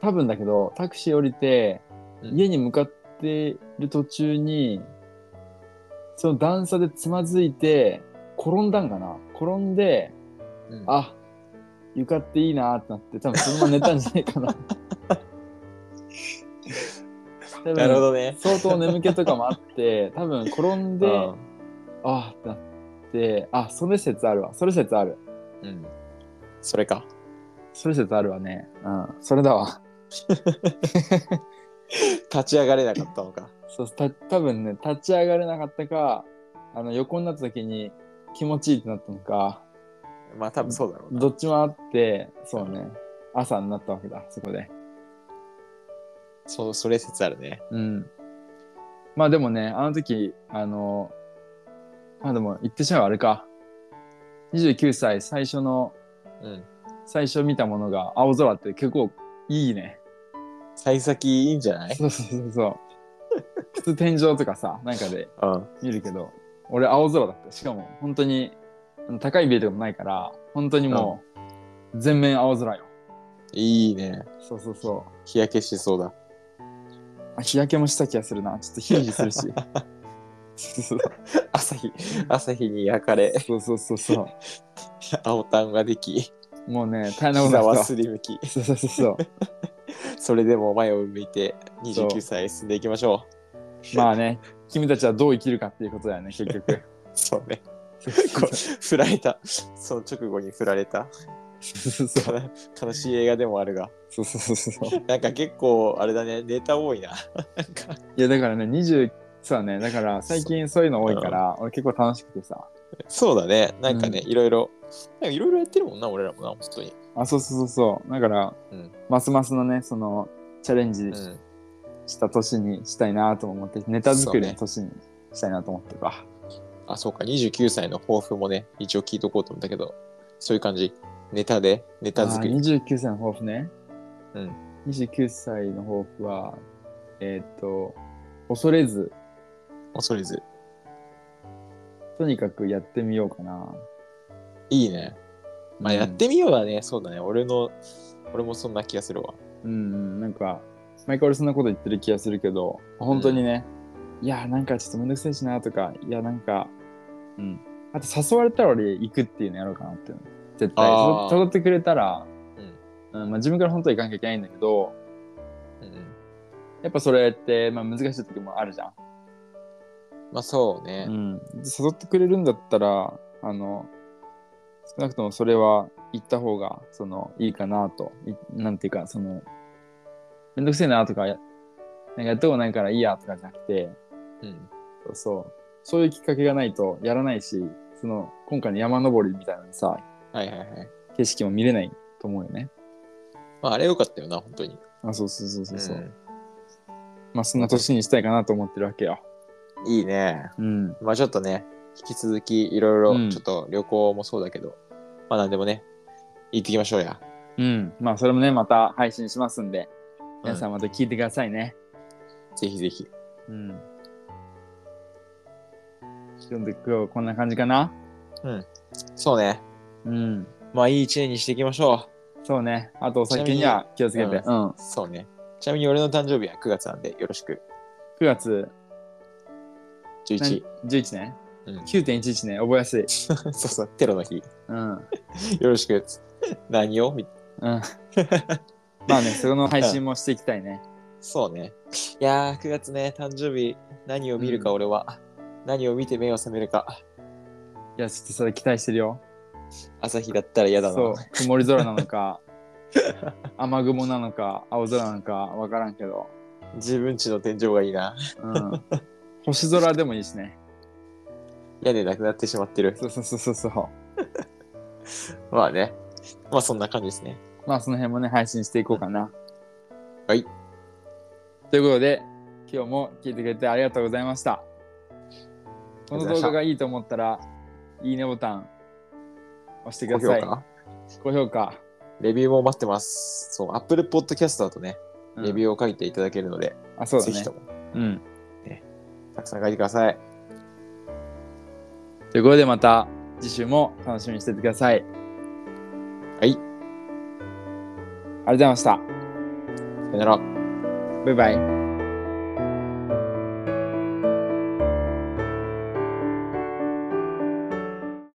A: 多分だけど、タクシー降りて、
B: うん
A: 家に向かってる途中に、その段差でつまずいて、転んだんかな転んで、
B: うん
A: あ、床っていいなーってなって、多分そのまま寝たんじゃないか な。多分
B: なるほどね。
A: 相当眠気とかもあって、多分転んで、
B: うん
A: あーってなって、あ、それ説あるわ。それ説ある。
B: うん。それか。
A: それ説あるわね。うん。それだわ。
B: 立ち上がれなかったのか。
A: そうた多分ね立ち上がれなかったかあの横になった時に気持ちいいってなったのか
B: まあ多分そうだろうな。
A: どっちもあってそうね朝になったわけだそこで
B: そう、それ説あるね。
A: うんまあでもねあの時あのまあでも言ってしまえばあれか29歳最初の
B: うん。
A: 最初見たものが青空って結構いいね
B: 幸先いいんじゃない
A: そうそうそうそう普通天井とかさなんかで
B: うん。
A: 見るけど俺青空だったしかも本当にあの高いビルでもないから本当にもう全面青空よ
B: いいね。
A: そうそうそ
B: 日焼けしそうだ。
A: うあ日焼けもした気がするなちょっとヒリヒリするしそう
B: 朝日、朝日に焼かれ、
A: そうそうそうそ
B: 青タンができ、
A: うもうね大変なこと
B: 膝
A: だっ
B: は
A: た
B: すりむき、
A: そうそうそうそ
B: それでも前を向いて
A: そう
B: 29歳進んでいきましょ
A: うまあね君たちはどう生きるかっていうことだよね結局
B: う。そうね。
A: そう そ
B: こ
A: う
B: 振られた、その直後に振られた、
A: そうそう
B: 悲悲しい映画でもあるが、
A: そうそうそうそう
B: なんか結構、あれだね、ネタ多いな。
A: いやだからね20そうだねだから最近そういうの多いから俺結構楽しくてさ
B: そうだね。なんかね、
A: う
B: いろいろ、なんかいろいろやってるもんな、俺らもな、本当に。
A: あそうそうそうそうだから、
B: うん
A: ますますのねそのチャレンジ、
B: うん。
A: した年にしたいなとも思ってネタ作り
B: そう
A: の
B: ね
A: 年にしたいなと思ってるわ
B: あ、そうか、29歳の抱負もね、一応聞いとこうと思ったけど、そういう感じ。ネタで、ネタ作
A: あ
B: り。
A: ー29歳の抱負ね、
B: うん、
A: 29歳の抱負はえーっと恐れず
B: 恐れず。
A: とにかくやってみようかない
B: いね。まあ、
A: うん
B: やってみようはね、そうだね。俺の、俺もそんな気がするわ。
A: うんうんなんか毎回俺そんなこと言ってる気がするけど本当にね、いやーなんかちょっとめんどくさいしなとかいやなんかうんあと誘われたら俺行くっていうのやろうかなって絶対
B: あー
A: 誘ってくれたら、うんまあ、自分から本当は行かなきゃいけないんだけど、
B: うん。
A: やっぱそれって、まあ、難しい時もあるじゃん。
B: まあ、そうね。
A: ん、誘ってくれるんだったらあの少なくともそれは行った方がそのいいかなといなんていうかそのめんどくせえなとかやなんかやったことないからいいやとかじゃなくて
B: うん。
A: そうそうそういうきっかけがないとやらないしその今回の山登りみたいなのさ
B: はいはいはい。
A: 景色も見れないと思うよね。
B: まあ、あれよかったよな、本当に。
A: あそうそうそうそうそう、
B: うん
A: まあそんな年にしたいかなと思ってるわけよ。
B: いいね。
A: うん、
B: まあ、ちょっとね、引き続き、いろいうろ、
A: ん
B: ちょっと旅行もそうだけど、まあ、なんでもね、行ってきましょうや。
A: うん、まあそれもねまた配信しますんで皆さ
B: うん
A: また聞いてくださいね。
B: ん、ぜひぜひ。
A: うん。読んで今日はこんな感じかな
B: そうね。
A: うん。
B: まあ、いい一年にしていきましょ
A: そうね。あとお酒には気をつけて。
B: ち
A: うん。9
B: う。そうね。ちなみに、俺の誕生日は9月なんで、よろしく。
A: 月
B: 11。
A: 11ね。
B: うん、
A: 9.11ね。覚えやすい。
B: そうそう、テロの日。よ
A: うん。うん。
B: ろしく。 何をみ
A: まあね、その配信もしていきたいね。
B: そうね。いやー、9月ね、誕生日、何を見るか、
A: うん
B: 俺は。何を見て目を覚めるか。
A: いや、ちょっとそれ期待してるよ。
B: 朝日だったら嫌だな。
A: そう。曇り空なのか、 雨雲なのか、青空なのか、わからんけど。
B: 自分家の天井がいいな。
A: うん。星空でもいいしね。
B: 屋根なくなってしまってる。
A: そうそうそうそうそう。
B: まあね。まあそんな感じですね。
A: まあその辺もね、配信していこうかな。
B: はい。
A: ということで、今日も聞いてくれてありがとうございました。この動画がいいと思ったら、いいねボタン押してく
B: 高
A: ださ
B: 評
A: い。
B: 価
A: 高評価。
B: レビューも待ってます。そう、Apple Podcast だとね、レビ
A: ュー。
B: ューを書いていただけるので、
A: あ、そうだ
B: ぜ
A: ね。
B: ひとも
A: うん。
B: たくさん書いてください。
A: ということで、また次週も楽しみにしててください。
B: はい。
A: ありがとうございました。
B: さよなら。
A: バイバイ。